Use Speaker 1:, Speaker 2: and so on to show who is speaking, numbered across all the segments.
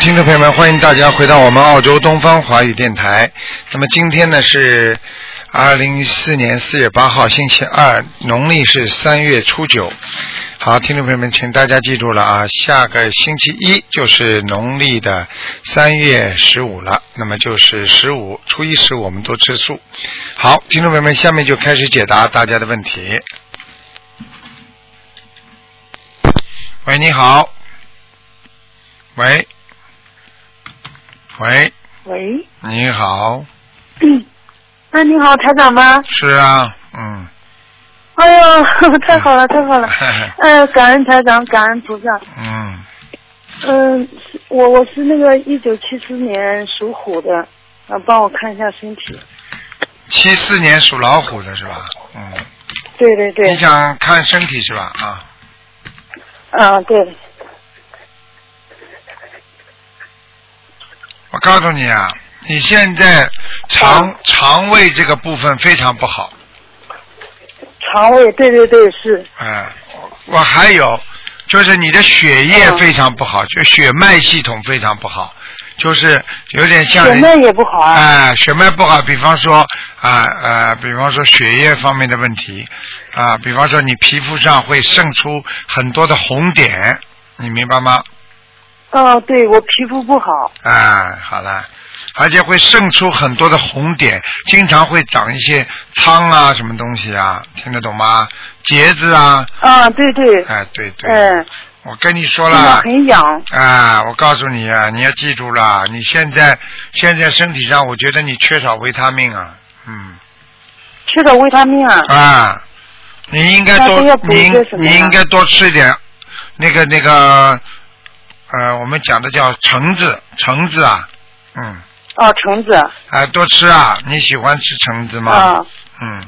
Speaker 1: 听众朋友们，欢迎大家回到我们澳洲东方华语电台。那么今天呢是二零一四年四月八号，星期二，农历是三月初九。好，听众朋友们，请大家记住了啊，下个星期一就是农历的三月十五了，那么就是十五，初一十五我们都吃素。好，听众朋友们，下面就开始解答大家的问题。喂，你好。喂，喂，
Speaker 2: 喂，
Speaker 1: 你好，
Speaker 2: 啊，你好，台长吗？
Speaker 1: 是啊，嗯，
Speaker 2: 哎呦， 太好了，太 好了！哎，感恩台长，感恩菩萨。
Speaker 1: 嗯，
Speaker 2: 嗯，是我我是那个一九七四年属虎的，啊，帮我看一下身体。
Speaker 1: 七四年属老虎的是吧？嗯，
Speaker 2: 对对对
Speaker 1: 你，想看身体是吧？啊，
Speaker 2: 啊，对，
Speaker 1: 我告诉你啊，你现在
Speaker 2: 嗯
Speaker 1: 肠肠胃这个部分非常不好，
Speaker 2: 肠胃，对对对，是，
Speaker 1: 哎、我我还有就是你的血液
Speaker 2: 嗯
Speaker 1: 非常不好，就血脉系统非常不好，就是有点像
Speaker 2: 血
Speaker 1: 人
Speaker 2: 脉也不好啊。
Speaker 1: 哎、血脉不好，比方说啊呃，比方说血液方面的问题啊、比方说你皮肤上会渗出很多的红点，你明白吗？
Speaker 2: 哦，对我皮肤不好。
Speaker 1: 啊、好了，而且会渗出很多的红点，经常会长一些苍啊，什么东西啊，听得懂吗？结子啊，
Speaker 2: 啊，对对，
Speaker 1: 哎、对对，
Speaker 2: 嗯，
Speaker 1: 嗯我跟你说
Speaker 2: 真的
Speaker 1: 了，
Speaker 2: 很痒。
Speaker 1: 啊，我告诉你啊，你要记住了，你现在现在身体上，我觉得你缺少维他命啊，嗯。
Speaker 2: 缺少维他命啊。
Speaker 1: 啊，你应该多
Speaker 2: 那都要补
Speaker 1: 你
Speaker 2: 一
Speaker 1: 应
Speaker 2: 些什么
Speaker 1: 你
Speaker 2: 呀
Speaker 1: 应该多吃一点那个那个呃，我们讲的叫橙子，橙子啊，嗯，
Speaker 2: 哦，橙子。
Speaker 1: 啊，多吃啊，你喜欢吃橙子吗？
Speaker 2: 啊，
Speaker 1: 嗯，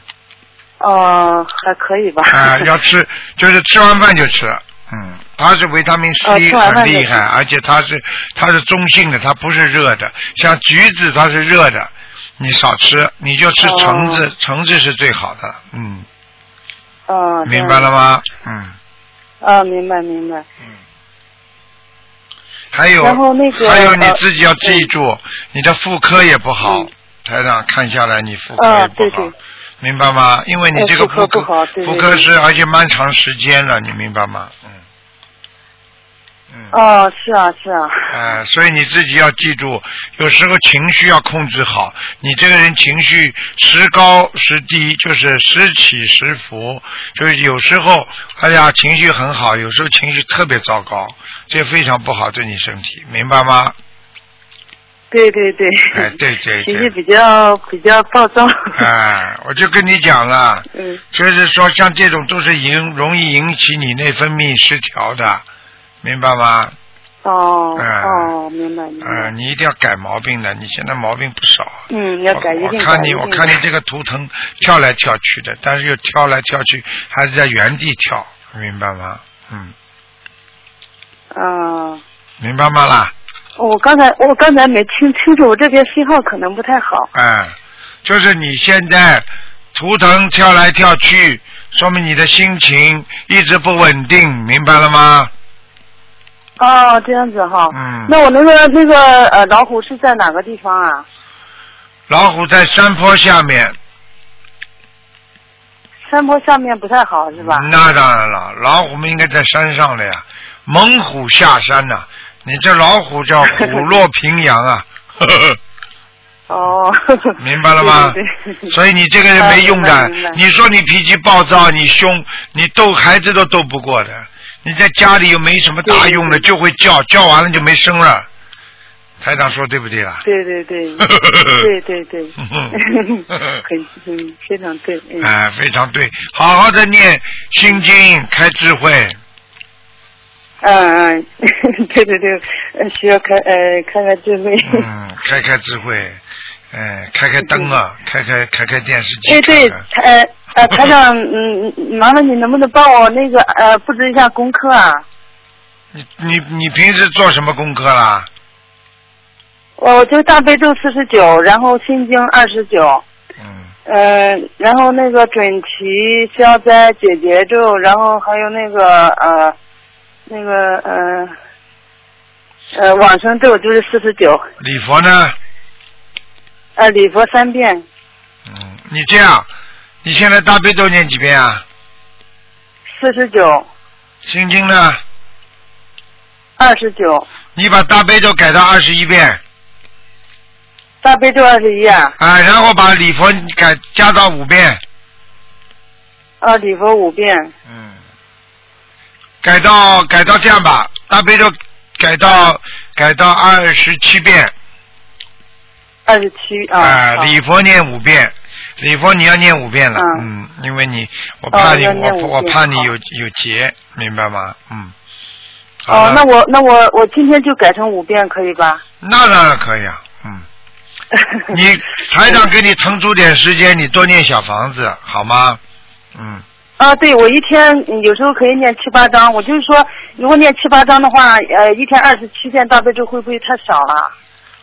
Speaker 2: 哦，还可以吧。
Speaker 1: 啊，要吃就是吃完饭就吃。嗯，它是维他命
Speaker 2: 哦
Speaker 1: C
Speaker 2: 吃完
Speaker 1: 很
Speaker 2: 饭
Speaker 1: 厉
Speaker 2: 就吃
Speaker 1: 害，而且它是它是中性的，它不是热的。像橘子它是热的，你少吃，你就吃橙
Speaker 2: 哦
Speaker 1: 子，橙子是最好的了。嗯，
Speaker 2: 嗯，这
Speaker 1: 明
Speaker 2: 样
Speaker 1: 白了吗？嗯。
Speaker 2: 啊，明白明白。
Speaker 1: 还有，
Speaker 2: 然后那个
Speaker 1: 还有你
Speaker 2: 呃
Speaker 1: 自己要记住，你的妇科也不好。
Speaker 2: 嗯
Speaker 1: 台长看下来，你妇科也
Speaker 2: 啊
Speaker 1: 不
Speaker 2: 对
Speaker 1: 好，
Speaker 2: 对
Speaker 1: 明白吗？因为你这个
Speaker 2: 呃妇科
Speaker 1: 科，
Speaker 2: 不好对对
Speaker 1: 妇科
Speaker 2: 对
Speaker 1: 是而且漫长时间了，你明白吗？嗯，嗯，
Speaker 2: 哦，是啊是啊。
Speaker 1: 呃，所以你自己要记住，有时候情绪要控制好。你这个人情绪时高时低，就是时起时伏，就是有时候哎呀情绪很好，有时候情绪特别糟糕，这非常不好对你身体，明白吗？
Speaker 2: 对对对，
Speaker 1: 哎，对对
Speaker 2: 情
Speaker 1: 对，
Speaker 2: 绪比较比较暴躁。
Speaker 1: 哎，我就跟你讲了，
Speaker 2: 嗯，
Speaker 1: 就是说像这种都是引容易引起你内分泌失调的，明白吗？
Speaker 2: 哦
Speaker 1: 哎
Speaker 2: 哦，明白明
Speaker 1: 嗯、
Speaker 2: 白。
Speaker 1: 你一定要改毛病的，你现在毛病不少。
Speaker 2: 嗯，要改一
Speaker 1: 我
Speaker 2: 定
Speaker 1: 我
Speaker 2: 改
Speaker 1: 看
Speaker 2: 一
Speaker 1: 你，
Speaker 2: 定。
Speaker 1: 我看你这个图腾跳来跳去的，但是又跳来跳去，还是在原地跳，明白吗？嗯，
Speaker 2: 啊，
Speaker 1: 明白吗啦？
Speaker 2: 我刚才我刚才没听清楚，我这边信号可能不太好。
Speaker 1: 哎，就是你现在图腾跳来跳去，说明你的心情一直不稳定，明白了吗？
Speaker 2: 哦，这样子哈。
Speaker 1: 嗯
Speaker 2: 那我那个那个呃，老虎是在哪个地方啊？
Speaker 1: 老虎在山坡下面，
Speaker 2: 山坡下面不太好是吧？
Speaker 1: 那当然了，老虎们应该在山上了呀。猛虎下山呐、你这老虎叫虎落平阳啊， 呵呵
Speaker 2: 哦。
Speaker 1: 明白了吗
Speaker 2: 对对对
Speaker 1: 所以你这个人没用
Speaker 2: 啊
Speaker 1: 的
Speaker 2: 明白。明白
Speaker 1: 你说你脾气暴躁，你凶，你斗孩子都斗不过的。你在家里又没什么大用的，
Speaker 2: 对对对
Speaker 1: 就会叫，叫完了就没声了。台长说对不啊对啦？
Speaker 2: 对对对。对对对， 很嗯，非常对，嗯，
Speaker 1: 哎，非常对，好好的念心经，开智慧。
Speaker 2: 嗯嗯， 对对对，呃需要开呃开开智慧，
Speaker 1: 嗯，开开智慧，哎，开开灯啊，开开开开电视机
Speaker 2: 对对
Speaker 1: 看看，
Speaker 2: 呃呃，台长，嗯，麻烦你能不能帮我那个呃布置一下功课啊？
Speaker 1: 你你你平时做什么功课啦？
Speaker 2: 我就大悲咒四十九，然后心经二十九，
Speaker 1: 嗯，
Speaker 2: 呃，然后那个准提消灾解结咒，然后还有那个呃那个呃呃，往生咒就是四十九，
Speaker 1: 礼佛呢？
Speaker 2: 呃，礼佛三遍，
Speaker 1: 嗯，你这样，你现在大悲咒念几遍啊？
Speaker 2: 四十九，
Speaker 1: 心经呢？
Speaker 2: 二十九，
Speaker 1: 你把大悲咒改到二十一遍，
Speaker 2: 大悲咒二十一啊，
Speaker 1: 啊，然后把礼佛改加到五遍，
Speaker 2: 呃，礼佛五遍，
Speaker 1: 嗯，改到改到这样吧，大悲咒改到改到二十七遍，
Speaker 2: 二十七啊。
Speaker 1: 啊，
Speaker 2: 好
Speaker 1: 礼佛念五遍，礼佛你要念五遍了，嗯
Speaker 2: 嗯，
Speaker 1: 因为你我怕你、
Speaker 2: 哦要念五
Speaker 1: 我我
Speaker 2: 遍
Speaker 1: 怕你
Speaker 2: 好
Speaker 1: 有有劫，明白吗？嗯，好
Speaker 2: 哦，
Speaker 1: 了
Speaker 2: 那我那我我今天就改成五遍可以吧？
Speaker 1: 那当然可以啊， 嗯， 你台长给你腾出点时间，你多念小房子好吗？嗯，
Speaker 2: 啊，对，我一天嗯有时候可以念七八章。我就是说，如果念七八章的话，呃，一天二十七遍大悲咒会不会太少了？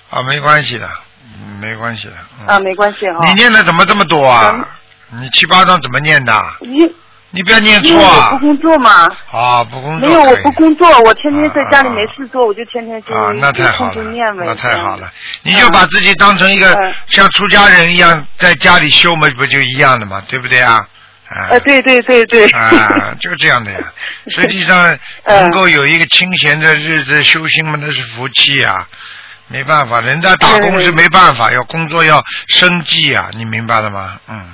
Speaker 1: 啊，没关系的，嗯没关系的。嗯、
Speaker 2: 啊，没关系哈。
Speaker 1: 你念的怎么这么多啊？
Speaker 2: 嗯
Speaker 1: 你七八章怎么念的？
Speaker 2: 因
Speaker 1: 你不要念
Speaker 2: 因
Speaker 1: 错
Speaker 2: 为我
Speaker 1: 啊
Speaker 2: 不！工作嘛，
Speaker 1: 啊，不工作
Speaker 2: 没有我
Speaker 1: 可以
Speaker 2: 不工作，我天天在家里
Speaker 1: 啊啊啊
Speaker 2: 没事做，我就天天就
Speaker 1: 啊，那太好
Speaker 2: 就
Speaker 1: 了
Speaker 2: 空就念，呗。
Speaker 1: 那太好
Speaker 2: 这样。
Speaker 1: 了，你就把自己当成一个
Speaker 2: 嗯
Speaker 1: 像出家人一样在家里修嘛，不就一样的嘛，对不对啊？啊
Speaker 2: 呃，对对对对。
Speaker 1: 啊，就这样的呀。实际上，
Speaker 2: 嗯
Speaker 1: 能够有一个清闲的日子修心嘛，那是福气啊。没办法，人家打工
Speaker 2: 对
Speaker 1: 是没办法，要工作要生计啊，你明白了吗？嗯，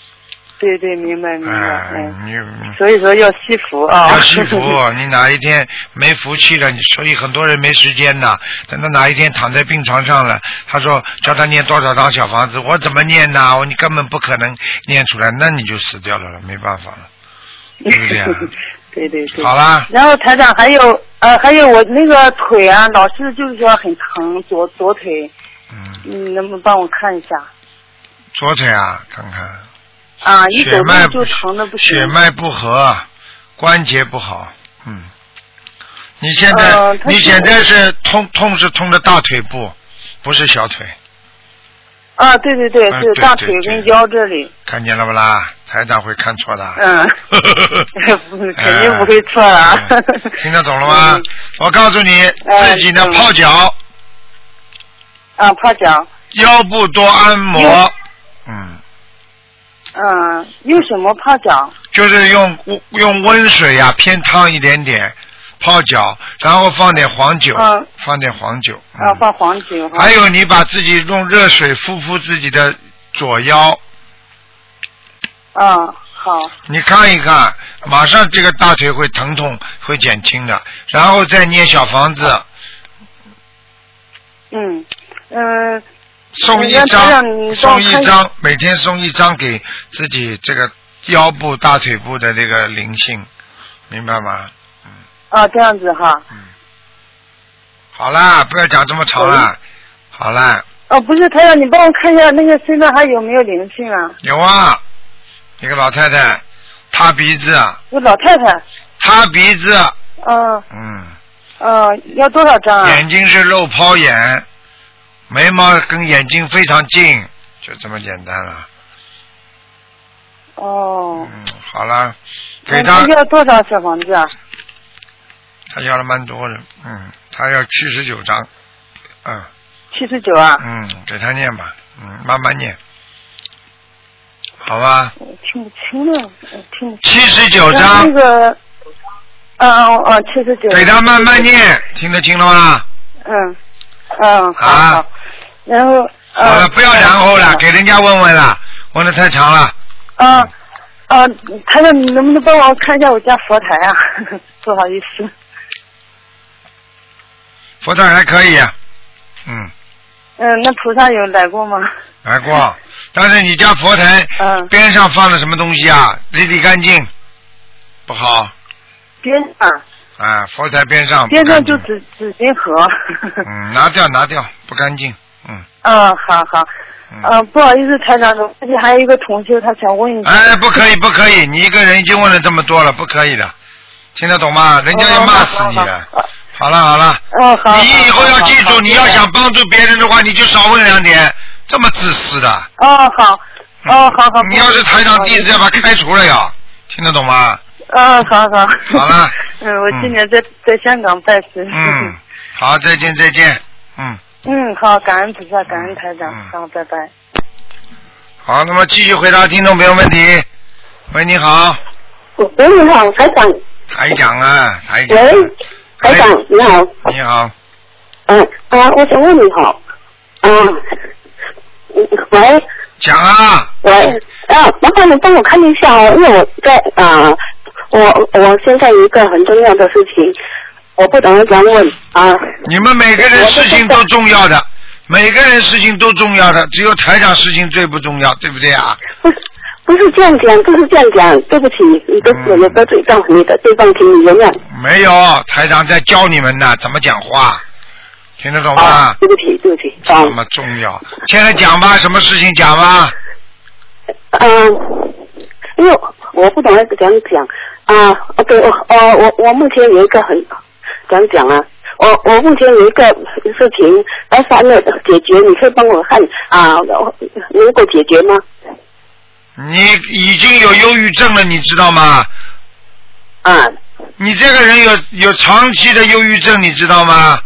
Speaker 2: 对对，明白明白。
Speaker 1: 哎
Speaker 2: 嗯，
Speaker 1: 你
Speaker 2: 所以说要惜福啊。
Speaker 1: 要惜福。，你哪一天没福气了，你所以很多人没时间呐。等到哪一天躺在病床上了，他说叫他念多少张小房子，我怎么念呐？我你根本不可能念出来，那你就死掉了了，没办法了，对不 对啊？
Speaker 2: 对对对。
Speaker 1: 好啦。
Speaker 2: 然后台长还有呃，还有我那个腿啊，老是就是说很疼，左左腿，
Speaker 1: 嗯。
Speaker 2: 你能不能帮我看一下？
Speaker 1: 左腿啊，看看，
Speaker 2: 啊，一走
Speaker 1: 血脉
Speaker 2: 路就疼的不行。
Speaker 1: 血脉不和，关节不好，嗯。你现在、
Speaker 2: 呃他
Speaker 1: 你
Speaker 2: 是
Speaker 1: 现在是痛痛是痛的大腿部，不是小腿，
Speaker 2: 啊，对对对，
Speaker 1: 哎
Speaker 2: 是
Speaker 1: 对
Speaker 2: 大
Speaker 1: 对
Speaker 2: 腿跟
Speaker 1: 对
Speaker 2: 腰这里。
Speaker 1: 看见了不啦？台长会看错的。
Speaker 2: 嗯， 哎不肯定不会错啊啦
Speaker 1: 啊嗯 听得懂了吗？
Speaker 2: 嗯
Speaker 1: 我告诉你，
Speaker 2: 哎
Speaker 1: 自己呢
Speaker 2: 懂了
Speaker 1: 泡脚，
Speaker 2: 啊，怕讲，
Speaker 1: 腰部多按摩
Speaker 2: 腰，
Speaker 1: 嗯，
Speaker 2: 嗯，用什么怕讲？
Speaker 1: 就是用用温水呀、偏烫一点点泡脚，然后放点黄酒，
Speaker 2: 嗯
Speaker 1: 放点黄酒。嗯
Speaker 2: 啊，放黄酒哈。
Speaker 1: 还有你把自己用热水敷敷自己的左腰，
Speaker 2: 啊，好，
Speaker 1: 你看一看，马上这个大腿会疼痛会减轻的，然后再捏小房子
Speaker 2: 嗯，嗯，
Speaker 1: 送一
Speaker 2: 那台
Speaker 1: 张
Speaker 2: 长你，帮我
Speaker 1: 送一
Speaker 2: 看一
Speaker 1: 张，每天送一张给自己这个腰部、大腿部的这个灵性，明白吗？
Speaker 2: 啊，这样子哈。
Speaker 1: 好啦，不要讲这么长啦，
Speaker 2: 哎
Speaker 1: 好啦，
Speaker 2: 哦，不是，台长，你帮我看一下那个身上还有没有灵性啊？
Speaker 1: 有啊，一个老太太塌鼻子，
Speaker 2: 我老太太，
Speaker 1: 塌鼻子，
Speaker 2: 嗯
Speaker 1: 嗯。
Speaker 2: 嗯，要多少张啊？
Speaker 1: 眼睛是肉泡眼，眉毛跟眼睛非常近，就这么简单了。
Speaker 2: 哦，
Speaker 1: 嗯，好了，给
Speaker 2: 那
Speaker 1: 他
Speaker 2: 要多少小房子啊？
Speaker 1: 他要了蛮多的，嗯，他要七十九张，嗯
Speaker 2: 七十九啊？
Speaker 1: 嗯，给他念吧，嗯，慢慢念，好吧，
Speaker 2: 我听不清了，我听不清。
Speaker 1: 七十九
Speaker 2: 然后
Speaker 1: 张
Speaker 2: 那，个，嗯嗯嗯，七十九。
Speaker 1: 给他慢慢。念，听得清了吗？
Speaker 2: 嗯嗯，好
Speaker 1: 啊
Speaker 2: 好。然后。呃
Speaker 1: 好了，不要然后
Speaker 2: 嗯
Speaker 1: 了，给人家问问了，问的太长了，
Speaker 2: 啊啊，台长，你能不能帮我看一下我家佛台啊？ 不好意思。
Speaker 1: 佛台还可以，啊嗯，
Speaker 2: 嗯，那菩萨有来过吗？
Speaker 1: 来过，但是你家佛台
Speaker 2: 嗯，
Speaker 1: 边上放了什么东西啊？理理干净，不好
Speaker 2: 边啊，
Speaker 1: 啊！佛台边上不干
Speaker 2: 边
Speaker 1: 净
Speaker 2: 上就纸纸巾盒。
Speaker 1: 嗯，拿掉拿掉，不干净。嗯
Speaker 2: 嗯，好好。
Speaker 1: 嗯、
Speaker 2: 嗯，不好意思，台长，而且还有一个同修，他想问一下。
Speaker 1: 哎，不可以不可以，你一个人已经问了这么多了，不可以的，听得懂吗？人家要骂死你
Speaker 2: 哦
Speaker 1: 的。好了好了，
Speaker 2: 哦，好。
Speaker 1: 你以后要记住，你要
Speaker 2: 想。
Speaker 1: 想帮助别人的话，你就少问两点，这么自私的。
Speaker 2: 哦，好，哦，好好。
Speaker 1: 嗯你要是台长弟子，要把他开除了要，听得懂吗？
Speaker 2: 嗯，好好。
Speaker 1: 好了
Speaker 2: 嗯，我今年在在香港拜师。
Speaker 1: 嗯。，好，再见再见，嗯，
Speaker 2: 嗯，好，感恩菩萨，感恩台长
Speaker 1: 嗯，
Speaker 2: 好，拜拜。
Speaker 1: 好，那么继续回答听众朋友问题。喂，你好，
Speaker 3: 喂，你好，台长。
Speaker 1: 台长啊，台长，哎
Speaker 3: 喂，台长，你好。
Speaker 1: 你好，
Speaker 3: 嗯啊，我想问你好。啊，喂
Speaker 1: 讲啊，
Speaker 3: 喂啊，麻烦你帮我看一下哦，因为我在啊，我我现在有一个很重要的事情，我不懂得怎么问啊。
Speaker 1: 你们每个人事情都重要的，每个人事情都重要的，只有台长事情最不重要，对不对啊？
Speaker 3: 不是不是这样讲，不是这样讲，对不起，你的
Speaker 1: 嗯
Speaker 3: 我得罪到你的对方，请你原谅。
Speaker 1: 没有，台长在教你们呢，怎么讲话，听得懂吗？
Speaker 3: 啊，对不起，对不起，啊
Speaker 1: 这么重要，现在讲吧，什么事情讲吧？
Speaker 3: 嗯，因为我不懂得怎样讲啊。OK，我呃，我我目前有一个很怎样讲啊，我我目前有一个事情要三月解决，你可以帮我看啊，我能够解决吗？
Speaker 1: 你已经有忧郁症了，你知道吗？
Speaker 3: 啊，
Speaker 1: 你这个人有有长期的忧郁症，你知道吗？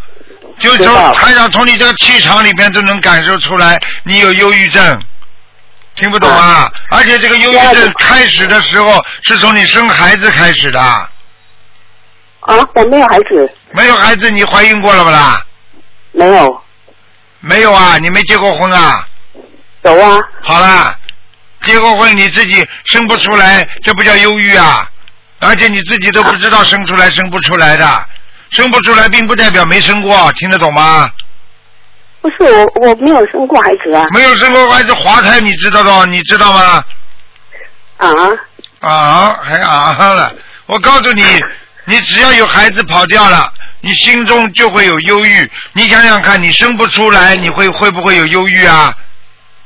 Speaker 1: 就
Speaker 3: 知
Speaker 1: 从
Speaker 3: 道
Speaker 1: 台长从你这个气场里边都能感受出来，你有忧郁症，听不懂啊？而且这个忧郁
Speaker 3: 原来
Speaker 1: 症
Speaker 3: 是
Speaker 1: 开始的时候是从你生孩子开始的，
Speaker 3: 啊，我没有孩子，
Speaker 1: 没有孩子你怀孕过了不啦？
Speaker 3: 没有，
Speaker 1: 没有啊，你没结过婚啊？
Speaker 3: 有啊，
Speaker 1: 好啦，结过婚你自己生不出来，这不叫忧郁啊！而且你自己都不知道生出来生不出来的，生不出来并不代表没生过，听得懂吗？
Speaker 3: 不是我我没有生过孩子啊
Speaker 1: 没有生过孩子滑胎，你知道的，你知道吗？
Speaker 3: 啊，
Speaker 1: 啊，还啊了！我告诉你，你只要有孩子跑掉了，你心中就会有忧郁。你想想看，你生不出来，你会会不会有忧郁啊？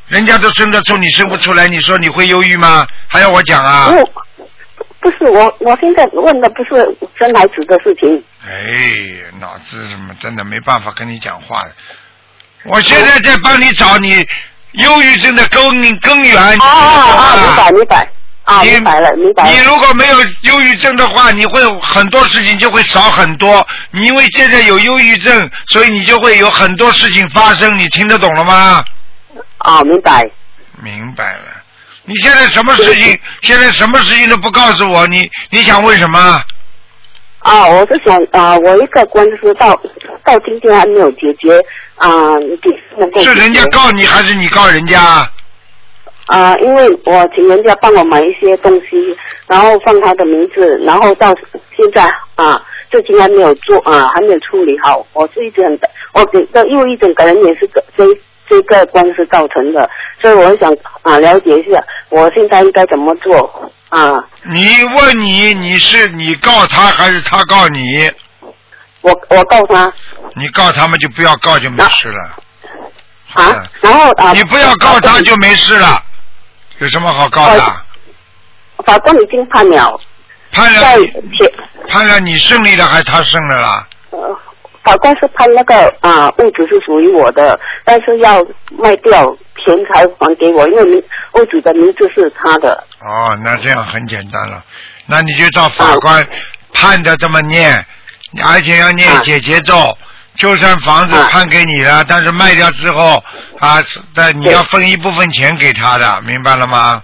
Speaker 1: 人家都生得出，你生不出来，你说你会忧郁吗？还要我讲啊？
Speaker 3: 我不是我我现在问的不是生孩子的事情，
Speaker 1: 哎，脑子什么真的没办法跟你讲话了。我现在在帮你找你忧郁症的根根源。
Speaker 3: 啊啊啊，明白明白啊，
Speaker 1: 你
Speaker 3: 明白了明白了
Speaker 1: 你如果没有忧郁症的话，你会很多事情就会少很多。你因为现在有忧郁症，所以你就会有很多事情发生。你听得懂了吗？
Speaker 3: 啊，明白。
Speaker 1: 明白了。你现在什么事情？现在什么事情都不告诉我，你你想问什么？
Speaker 3: 啊，我是想啊、我一个官司到到今天还没有解决啊、你几时能够
Speaker 1: 是
Speaker 3: 解决
Speaker 1: 人家告你，还是你告人家？
Speaker 3: 啊、因为我请人家帮我买一些东西，然后放他的名字，然后到现在啊，至今还没有做啊，还没有处理好。我是一直很，我整个因为一整个人也是这这这个官司造成的，所以我很想啊了解一下，我现在应该怎么做啊？
Speaker 1: 你问你，你是你告他还是他告你？
Speaker 3: 我我告他
Speaker 1: 你告他们就不要告就没事了。好
Speaker 3: 啊
Speaker 1: 的，
Speaker 3: 然后啊，
Speaker 1: 你不要告他就没事了，有什么好告的？
Speaker 3: 法官已经判了，
Speaker 1: 判了
Speaker 3: 在
Speaker 1: 你
Speaker 3: 前。
Speaker 1: 判了你胜利了，还是他胜了啦？
Speaker 3: 呃，法官是判那个啊、物质是属于我的，但是要卖掉钱才还给我，因为名物质的名字是他的。
Speaker 1: 哦，那这样很简单了，那你就照法官判的这么念，而且要念
Speaker 3: 啊
Speaker 1: 解结咒。就算房子
Speaker 3: 啊
Speaker 1: 判给你了，但是卖掉之后啊，但你
Speaker 3: 对
Speaker 1: 要分一部分钱给他的，明白了吗？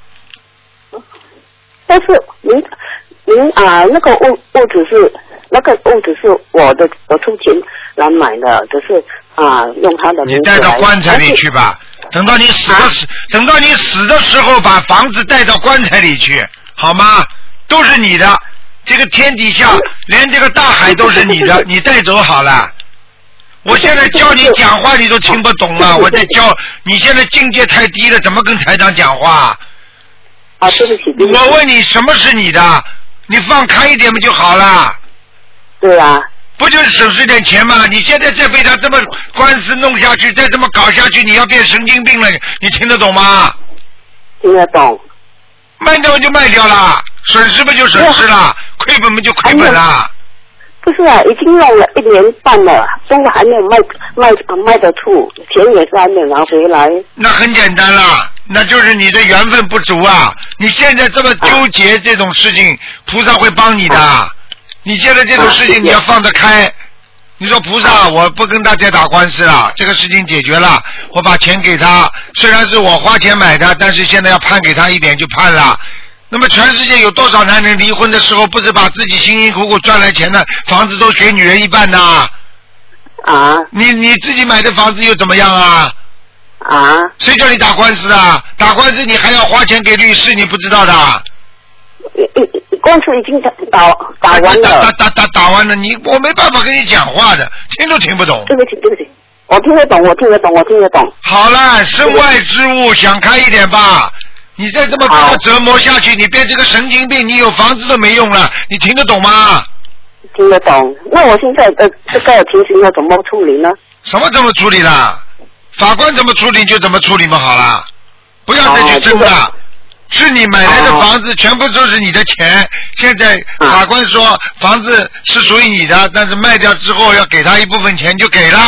Speaker 3: 但是您您啊、那个物物质是那个物质是我的，我出钱来买的，只是啊、用他的
Speaker 1: 你
Speaker 3: 名字
Speaker 1: 带到
Speaker 3: 来
Speaker 1: 棺材里
Speaker 3: 但是啊
Speaker 1: 去吧，等到你死的时，等到你死的时候，把房子带到棺材里去，好吗？都是你的，这个天底下连这个大海都是你的，你带走好了。我现在教你讲话，你都听不懂了。我在教你，现在境界太低了，怎么跟台长讲话？
Speaker 3: 啊，对不起，对不起
Speaker 1: 我问你，什么是你的？你放开一点不就好了？
Speaker 3: 对啊，
Speaker 1: 不就是省吃点钱吗？你现在再被他这么官司弄下去，再这么搞下去，你要变神经病了，你听得懂吗？
Speaker 3: 听得懂。
Speaker 1: 卖掉就卖掉了，损失不就损失了，亏本不就亏本了？
Speaker 3: 不是啊，已经用了一年半了，都还没有卖卖卖得出，钱也是还没有拿回来。
Speaker 1: 那很简单啦，那就是你的缘分不足啊！你现在这么纠结这种事情，菩萨会帮你的。你现在这种事
Speaker 3: 哦啊谢谢
Speaker 1: 情你要放得开，你说菩萨，我不跟大家打官司了，这个事情解决了，我把钱给他，虽然是我花钱买的，但是现在要判给他一点就判了。那么全世界有多少男人离婚的时候不是把自己辛辛苦苦赚来钱的房子都给女人一半呐？
Speaker 3: 啊
Speaker 1: 你你自己买的房子又怎么样啊？
Speaker 3: 啊，
Speaker 1: 谁叫你打官司啊？打官司你还要花钱给律师，你不知道的啊。
Speaker 3: 官司已经打打完
Speaker 1: 打
Speaker 3: 了
Speaker 1: 打。打打打完了，你我没办法跟你讲话的，听都听不 懂。
Speaker 3: 对不起，对不起，我听得懂，我听得懂，我听得懂。
Speaker 1: 好了，身外之物，想开一点吧。你再这么被他
Speaker 3: 好
Speaker 1: 折磨下去，你变成个神经病，你有房子都没用了，你听得懂吗？
Speaker 3: 听得懂。那我现在的这个情形要怎么处理呢？
Speaker 1: 什么怎么处理啦？法官怎么处理就怎么处理嘛，好啦，不要再去争了
Speaker 3: 哦。
Speaker 1: 是你买来的房子，全部都是你的钱。现在
Speaker 3: 嗯
Speaker 1: 法官说房子是属于你的，但是卖掉之后要给他一部分钱，就给了。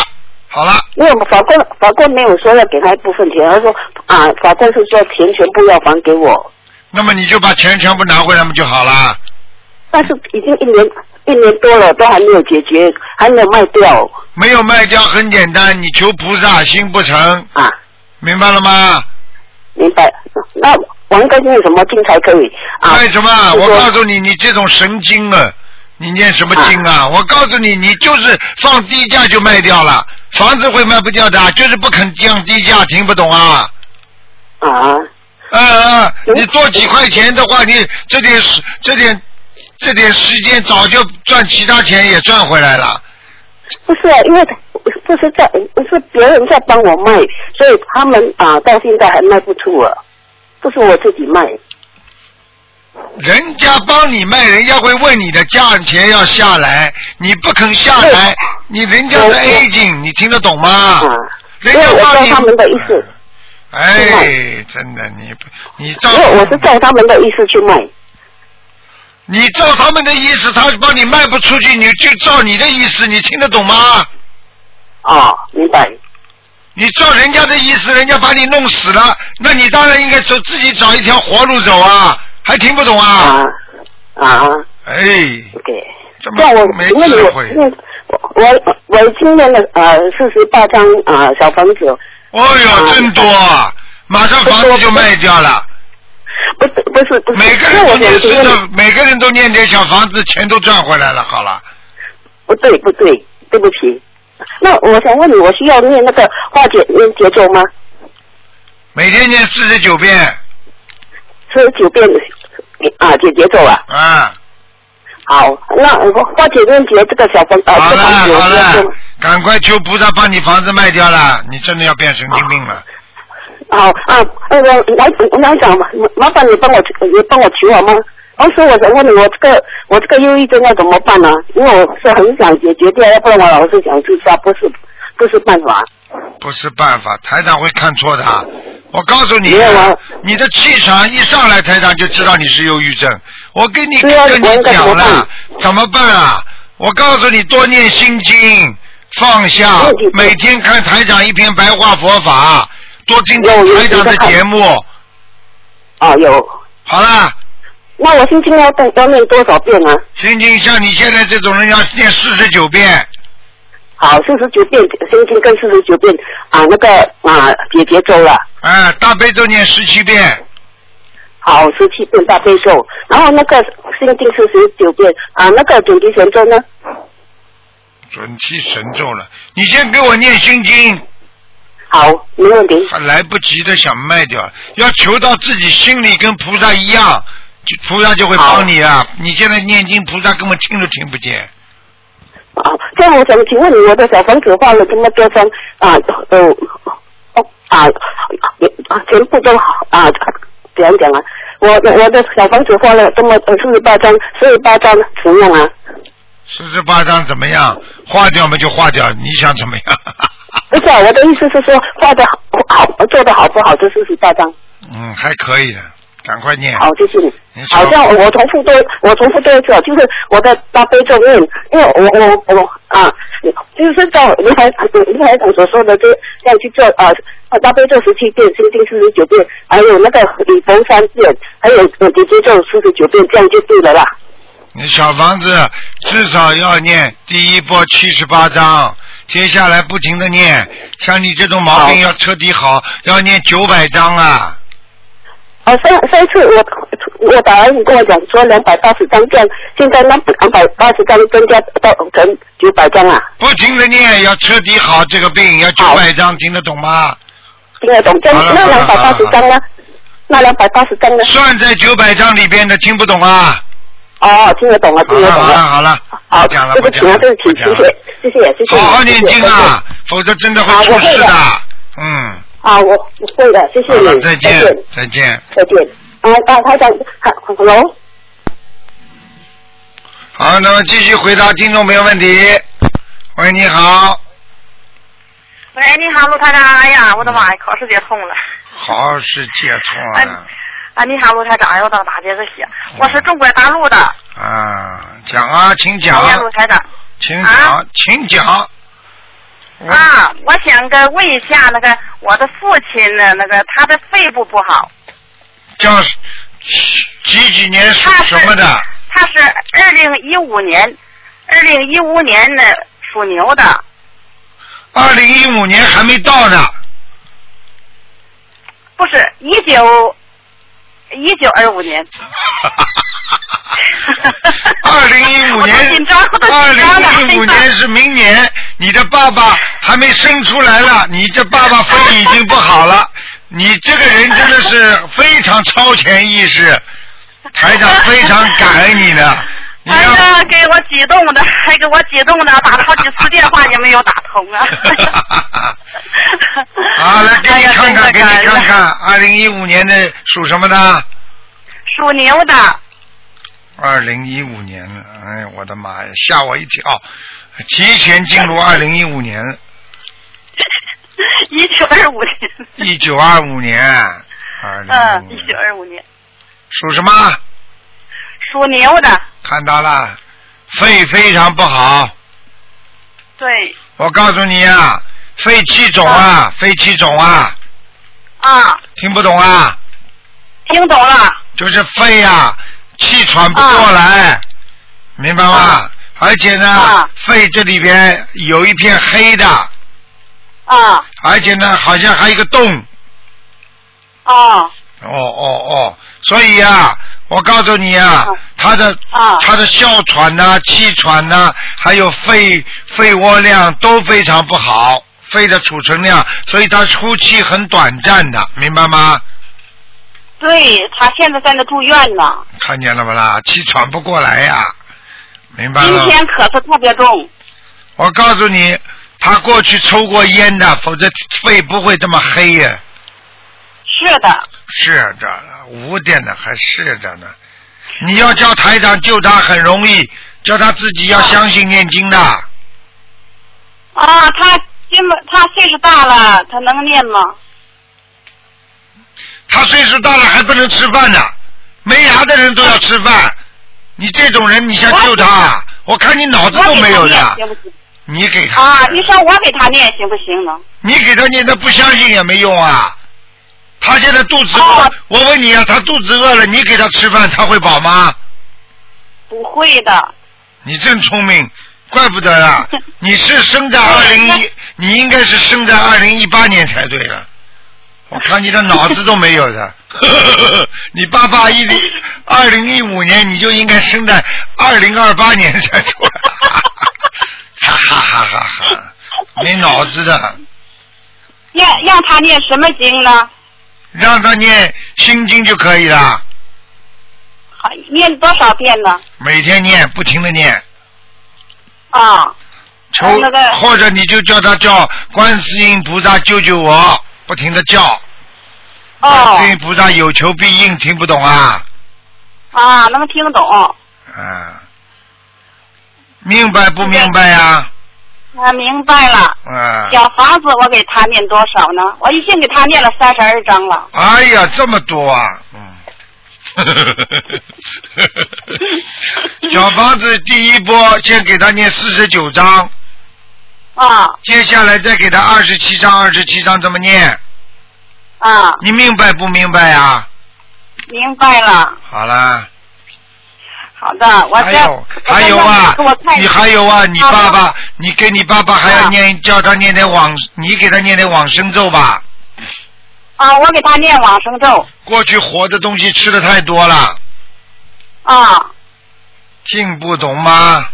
Speaker 1: 好了，
Speaker 3: 因为我们法官法官没有说要给他一部分钱，他说啊，法官是说钱全部要还给我，
Speaker 1: 那么你就把钱全部拿回来嘛就好了。
Speaker 3: 但是已经一年一年多了，都还没有解决，还没有卖掉
Speaker 1: 没有卖掉很简单，你求菩萨心不诚，
Speaker 3: 啊，
Speaker 1: 明白了吗？
Speaker 3: 明白？那王哥念什么经才可以啊？
Speaker 1: 为什么？
Speaker 3: 就
Speaker 1: 我
Speaker 3: 说
Speaker 1: 告诉你，你这种神经啊，你念什么经啊？我告诉你，你就是放低价就卖掉了，房子会卖不掉的，就是不肯降低价，听不懂啊？
Speaker 3: 啊，
Speaker 1: 呃呃，
Speaker 3: 嗯
Speaker 1: 你多几块钱的话，你这点时这点这点时间早就赚其他钱也赚回来了。
Speaker 3: 不是啊，因为不是在是别人在帮我卖，所以他们啊到现在还卖不出啊，不是我自己卖。
Speaker 1: 人家帮你卖，人家会问你的价钱要下来，你不肯下来
Speaker 3: 对，
Speaker 1: 你人家
Speaker 3: 我
Speaker 1: 是
Speaker 3: 我
Speaker 1: A 进，你听得懂吗？
Speaker 3: 啊，因
Speaker 1: 人
Speaker 3: 为
Speaker 1: 家
Speaker 3: 我
Speaker 1: 帮
Speaker 3: 照
Speaker 1: 你
Speaker 3: 他们的意思，
Speaker 1: 哎，真的，你不你照
Speaker 3: 因为我是照他们的意思去卖。
Speaker 1: 你照他们的意思，他帮你卖不出去，你就照你的意思，你听得懂吗？啊
Speaker 3: 哦，明白。
Speaker 1: 你照人家的意思，人家把你弄死了，那你当然应该走自己找一条活路走啊，还听不懂啊？
Speaker 3: 啊啊
Speaker 1: 哎，
Speaker 3: ，OK。
Speaker 1: 这
Speaker 3: 这样
Speaker 1: 么
Speaker 3: 我
Speaker 1: 没
Speaker 3: 因为
Speaker 1: 智
Speaker 3: 我
Speaker 1: 慧
Speaker 3: 因！为我我我今年的呃四十八张啊、呃、小房子，
Speaker 1: 哦呦，真多，啊！马上房子就卖掉了。
Speaker 3: 不是不是不是，
Speaker 1: 每个
Speaker 3: 因
Speaker 1: 人
Speaker 3: 为
Speaker 1: 都
Speaker 3: 我
Speaker 1: 念
Speaker 3: 想请
Speaker 1: 是
Speaker 3: 问
Speaker 1: 的，每个人都念点小房子，钱都赚回来了。好了，
Speaker 3: 不对不对，对不起。那我想问你，我需要念那个化解念节奏吗？
Speaker 1: 每天念四十九遍
Speaker 3: 四十九遍啊解节奏啊。
Speaker 1: 啊。
Speaker 3: 好，那我化解念节这个小房呃
Speaker 1: 好
Speaker 3: 这
Speaker 1: 了
Speaker 3: 个房子
Speaker 1: 好
Speaker 3: 我
Speaker 1: 了
Speaker 3: 就，
Speaker 1: 赶快求菩萨把你房子卖掉了，你真的要变神经病了。
Speaker 3: 好啊，那个来来长，麻烦你帮我你帮我取好吗？当时我想问你，我这个我这个忧郁症要怎么办呢、因为我是很想解决掉，要不然我老是想自杀，不是不是办法。
Speaker 1: 不是办法，台长会看错的。啊我告诉你
Speaker 3: 没有啊，
Speaker 1: 你的气场一上来，台长就知道你是忧郁症。我跟你
Speaker 3: 对啊
Speaker 1: 跟
Speaker 3: 我
Speaker 1: 你
Speaker 3: 应该怎
Speaker 1: 讲
Speaker 3: 么
Speaker 1: 了，怎么办啊？我告诉你，多念心经，放下
Speaker 3: 没问题，
Speaker 1: 每天看台长一篇白话佛法，多听
Speaker 3: 有
Speaker 1: 听
Speaker 3: 有
Speaker 1: 台长的
Speaker 3: 有在看
Speaker 1: 节目。
Speaker 3: 啊，有。
Speaker 1: 好啦，
Speaker 3: 那我心经要再要念多少遍啊？
Speaker 1: 心经像你现在这种人要念四十九遍。
Speaker 3: 好，四十九遍心经跟四十九遍啊那个啊解节咒了。
Speaker 1: 哎，大悲咒念十七遍，
Speaker 3: 好，十七遍大悲咒，然后那个心经四十九遍啊，那个准提神咒呢？
Speaker 1: 准提神咒了。你先给我念心经，
Speaker 3: 好，没问题。
Speaker 1: 还来不及的想卖掉，要求到自己心里跟菩萨一样，就菩萨就会帮你啊。你现在念经，菩萨根本听都听不见。
Speaker 3: 啊，这样我想请问你，我的小房子换了这么多张啊，呃，哦啊，也啊全部都好啊，怎样讲啊？我我的小房子换了这么四十八张，四十八张怎么样啊？
Speaker 1: 四十八章怎么样？化掉嘛就化掉，你想怎么样？
Speaker 3: 不是、啊，我的意思是说画的好好做的好不好？这四十八张，
Speaker 1: 嗯，还可以的，赶快念。
Speaker 3: 好，谢谢你。
Speaker 1: 你
Speaker 3: 好
Speaker 1: 说
Speaker 3: 像我重复多，我重复多一次哦，就是我的大悲咒念，因为我我我啊，就是照卢台卢台长所说的这这样去做啊，呃大悲咒十七遍，心经四十九遍，还有那个礼佛三遍，还有呃姐姐咒四十九遍，这样就对了啦。
Speaker 1: 你小房子至少要念第一波七十八章，接下来不停的念，像你这种毛病
Speaker 3: 好
Speaker 1: 要彻底好，要念九百章啊。
Speaker 3: 哦，上上次我我打完你跟我讲说两百八十张这样，现在那两百八十张增加到成九百张啊，
Speaker 1: 不停的念，要彻底好这个病，要九
Speaker 3: 好
Speaker 1: 百张，听得懂吗？
Speaker 3: 听得懂？这样
Speaker 1: 好了
Speaker 3: 那两
Speaker 1: 好
Speaker 3: 百
Speaker 1: 了
Speaker 3: 八十张呢？那两百八十张呢？
Speaker 1: 算在九百张里边的，听不懂啊？
Speaker 3: 哦，听得懂了，
Speaker 1: 好
Speaker 3: 听得
Speaker 1: 了
Speaker 3: 懂
Speaker 1: 好了
Speaker 3: 了。
Speaker 1: 啊好了，
Speaker 3: 好，
Speaker 1: 不讲了
Speaker 3: 对
Speaker 1: 不
Speaker 3: 不起
Speaker 1: 讲了
Speaker 3: 啊，对不
Speaker 1: 不
Speaker 3: 起，谢
Speaker 1: 讲
Speaker 3: 谢
Speaker 1: 了，
Speaker 3: 谢谢，谢谢。
Speaker 1: 好好念
Speaker 3: 谢谢
Speaker 1: 经啊，否则真的
Speaker 3: 好
Speaker 1: 会出
Speaker 3: 我会
Speaker 1: 事
Speaker 3: 的
Speaker 1: 的。嗯，
Speaker 3: 啊，我我会的，谢谢
Speaker 1: 好了
Speaker 3: 你，
Speaker 1: 再
Speaker 3: 见，
Speaker 1: 见再见。
Speaker 3: 再见。啊啊，台长，啊，hello，
Speaker 1: 好，那么继续回答听众朋友问题。喂，你好，
Speaker 4: 喂，你好，陆台长，哎呀，我的
Speaker 1: 嗯
Speaker 4: 妈呀，考试接通了。
Speaker 1: 好是接通了
Speaker 4: 啊，你好，陆台长，哎呦，我的妈，这个血！我是中国大陆的，
Speaker 1: 啊，讲啊，请讲
Speaker 4: 哎，呀，陆台长
Speaker 1: 请
Speaker 4: 啊
Speaker 1: 讲，请讲。我
Speaker 4: 啊，我想个问一下那个我的父亲呢，那个他的肺部不好，
Speaker 1: 叫几几年属
Speaker 4: 他是
Speaker 1: 什么的？
Speaker 4: 他是二零一五年，二零一五年呢属牛的，
Speaker 1: 二零一五年还没 到呢，
Speaker 4: 不是一九一九二五年。
Speaker 1: 二零一五
Speaker 4: 我都
Speaker 1: 年
Speaker 4: 紧张我，都
Speaker 1: 二
Speaker 4: 紧张了
Speaker 1: 零一五年是明年，你的爸爸还没生出来了，你这爸爸肺已经不好了，你这个人真的是非常超前意识，台长非常感恩你的，你
Speaker 4: 哎
Speaker 1: 要。！
Speaker 4: 呀，给我激动的，还给我激动的，打了好几次电话也没有打通啊
Speaker 1: 好，啊来给
Speaker 4: 哎
Speaker 1: 你
Speaker 4: 呀
Speaker 1: 看
Speaker 4: 真的
Speaker 1: 看，给你
Speaker 4: 感恩
Speaker 1: 看看，二零一五年的属什么的？
Speaker 4: 属牛的，
Speaker 1: 二零一五年了，哎，我的妈呀，吓我一跳！提前 进入二零一五年了，
Speaker 4: 一九二五年，
Speaker 1: 一九二五年，二零
Speaker 4: 嗯，
Speaker 1: 一
Speaker 4: 一九二五年，
Speaker 1: 属什么？
Speaker 4: 属牛的，
Speaker 1: 看到了，肺非常不好。
Speaker 4: 对，
Speaker 1: 我告诉你啊，肺气肿
Speaker 4: 嗯
Speaker 1: 啊，肺气肿啊，
Speaker 4: 啊，
Speaker 1: 听不懂啊，
Speaker 4: 听懂了，
Speaker 1: 就是肺啊，气喘不过来，明白吗？
Speaker 4: 啊
Speaker 1: 而且呢，
Speaker 4: 啊
Speaker 1: 肺这里边有一片黑的，
Speaker 4: 啊，
Speaker 1: 而且呢，好像还有一个洞。
Speaker 4: 啊，
Speaker 1: 哦哦哦，所以啊，我告诉你啊
Speaker 4: 嗯，
Speaker 1: 他的、
Speaker 4: 啊
Speaker 1: 他的哮喘呐、气喘呐、还有肺肺窝量都非常不好，肺的储存量，所以他呼气很短暂的，明白吗？
Speaker 4: 对他现在在那住院呢，
Speaker 1: 看见了不啦？气喘不过来呀、明白
Speaker 4: 今
Speaker 1: 了？
Speaker 4: 天咳嗽特别重，
Speaker 1: 我告诉你，他过去抽过烟的，否则肺不会这么黑呀、
Speaker 4: 是的，
Speaker 1: 是着了，五点呢还是着呢。你要叫台长救他很容易，叫他自己要相信念经的。
Speaker 4: 啊，他今本他岁数大了，他能念吗？
Speaker 1: 他岁数大了还不能吃饭呢，没牙的人都要吃饭。你这种人，你想救他啊？我看你脑子都没有
Speaker 4: 我给他念
Speaker 1: 的。
Speaker 4: 行不行？
Speaker 1: 你给他，
Speaker 4: 啊，你说我给他念行不行呢？
Speaker 1: 你给他念，他不相信也没用啊。他现在肚子饿，
Speaker 4: 哦
Speaker 1: 我问你啊，他肚子饿了，你给他吃饭，他会饱吗？
Speaker 4: 不会的，
Speaker 1: 你真聪明，怪不得 啊！你是生在
Speaker 4: 哦
Speaker 1: 二零一，你应该是生在二零一八年才对了。 我看你的脑子都没有的。 你爸爸一零二零一五年，你就应该生在二零二八年才对。 哈哈哈哈哈！没脑子的，
Speaker 4: 让让他念什么经呢？
Speaker 1: 让他念心经就可以了，
Speaker 4: 好念多少遍呢？
Speaker 1: 每天念，不停的念。
Speaker 4: 啊，
Speaker 1: 求
Speaker 4: 嗯那个
Speaker 1: 或者你就叫他叫观世音菩萨救救我，不停的叫。
Speaker 4: 哦
Speaker 1: 观世音菩萨有求必应，听不懂啊？
Speaker 4: 啊，能听懂，
Speaker 5: 嗯
Speaker 1: 啊，明白不明白呀、
Speaker 4: 我明白了。
Speaker 1: 啊？
Speaker 4: 小房子我给他念多少呢？我已经给他念了三十二章了。
Speaker 1: 哎呀，这么多啊！ 嗯。小房子第一波先给他念四十九章，
Speaker 4: 啊
Speaker 1: 接下来再给他二十七章，二十七章这么念，
Speaker 4: 啊，
Speaker 1: 啊你明白不明白呀、
Speaker 4: 明白了。
Speaker 1: 好啦，
Speaker 5: 好的，我
Speaker 1: 还
Speaker 5: 这
Speaker 1: 有还有啊
Speaker 5: 给我，看
Speaker 1: 你还有啊，你
Speaker 5: 啊
Speaker 1: 爸爸，你给你爸爸还要
Speaker 5: 啊
Speaker 1: 念，叫他念点往，你给他念点往生咒吧。
Speaker 5: 啊，我给他念往生咒
Speaker 1: 过去活的东西吃的太多了，
Speaker 5: 啊，
Speaker 1: 听不懂吗？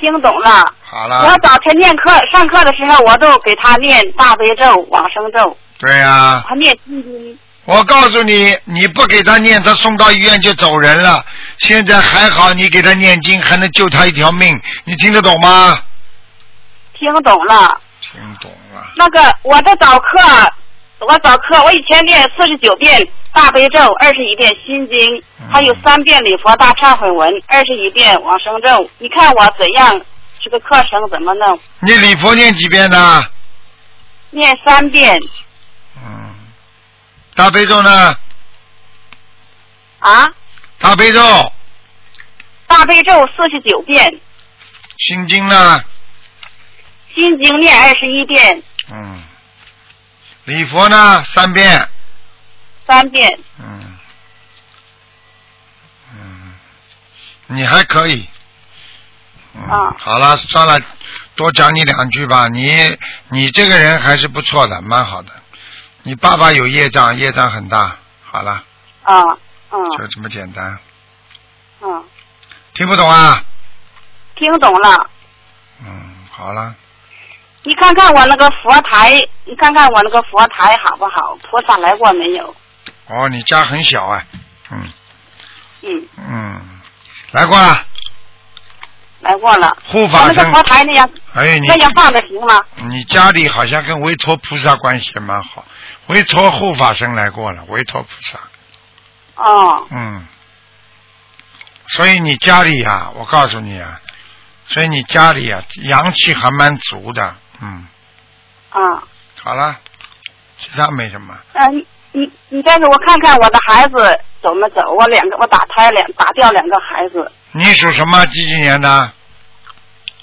Speaker 5: 听懂了。
Speaker 1: 好
Speaker 5: 我
Speaker 1: 了，
Speaker 5: 早晨念课上课的时候，我都给他念大悲咒、往生咒，
Speaker 1: 对呀、
Speaker 5: 他念心经。
Speaker 1: 我告诉你，你不给他念，他送到医院就走人了。现在还好，你给他念经还能救他一条命，你听得懂吗？
Speaker 5: 听懂了。
Speaker 1: 听懂了，
Speaker 5: 那个我的早课，我早课我以前念四十九遍大悲咒，二十一遍心经，
Speaker 1: 嗯
Speaker 5: 还有三遍礼佛大忏悔文，二十一遍往生咒。你看我怎样这个课程怎么弄？
Speaker 1: 你礼佛念几遍呢？
Speaker 5: 念三遍
Speaker 1: 嗯，大悲咒呢？
Speaker 5: 啊，
Speaker 1: 大悲咒，
Speaker 5: 大悲咒四十九遍，
Speaker 1: 心经呢？
Speaker 5: 心经念二十一遍，
Speaker 1: 嗯，礼佛呢？三遍。
Speaker 5: 三遍。
Speaker 1: 嗯，嗯，你还可以。嗯，
Speaker 5: 啊
Speaker 1: 好了，算了，多讲你两句吧。你你这个人还是不错的，蛮好的。你爸爸有业障，业障很大。好了，
Speaker 5: 啊，嗯
Speaker 1: 就这么简单。
Speaker 5: 嗯，
Speaker 1: 听不懂啊？
Speaker 5: 听懂了。
Speaker 1: 嗯，好了，
Speaker 5: 你看看我那个佛台，你看看我那个佛台好不好？菩萨来过没有？
Speaker 1: 哦，你家很小啊。嗯
Speaker 5: 嗯，
Speaker 1: 嗯，来过了，
Speaker 5: 来过了。
Speaker 1: 护
Speaker 5: 我
Speaker 1: 法
Speaker 5: 那个
Speaker 1: 神
Speaker 5: 佛。台那样
Speaker 1: 哎，你
Speaker 5: 那样放着行吗？
Speaker 1: 你家里好像跟维陀菩萨关系也蛮好，维陀护法神来过了，维陀菩萨，
Speaker 5: 哦，
Speaker 1: 嗯，所以你家里呀、我告诉你啊，所以你家里啊，阳气还蛮足的，嗯，
Speaker 5: 啊，
Speaker 1: 好了，其他没什么，
Speaker 5: 嗯、你你你再给我看看我的孩子怎么走？我两个我打胎两打掉两个孩子，
Speaker 1: 你属什么？几几年的？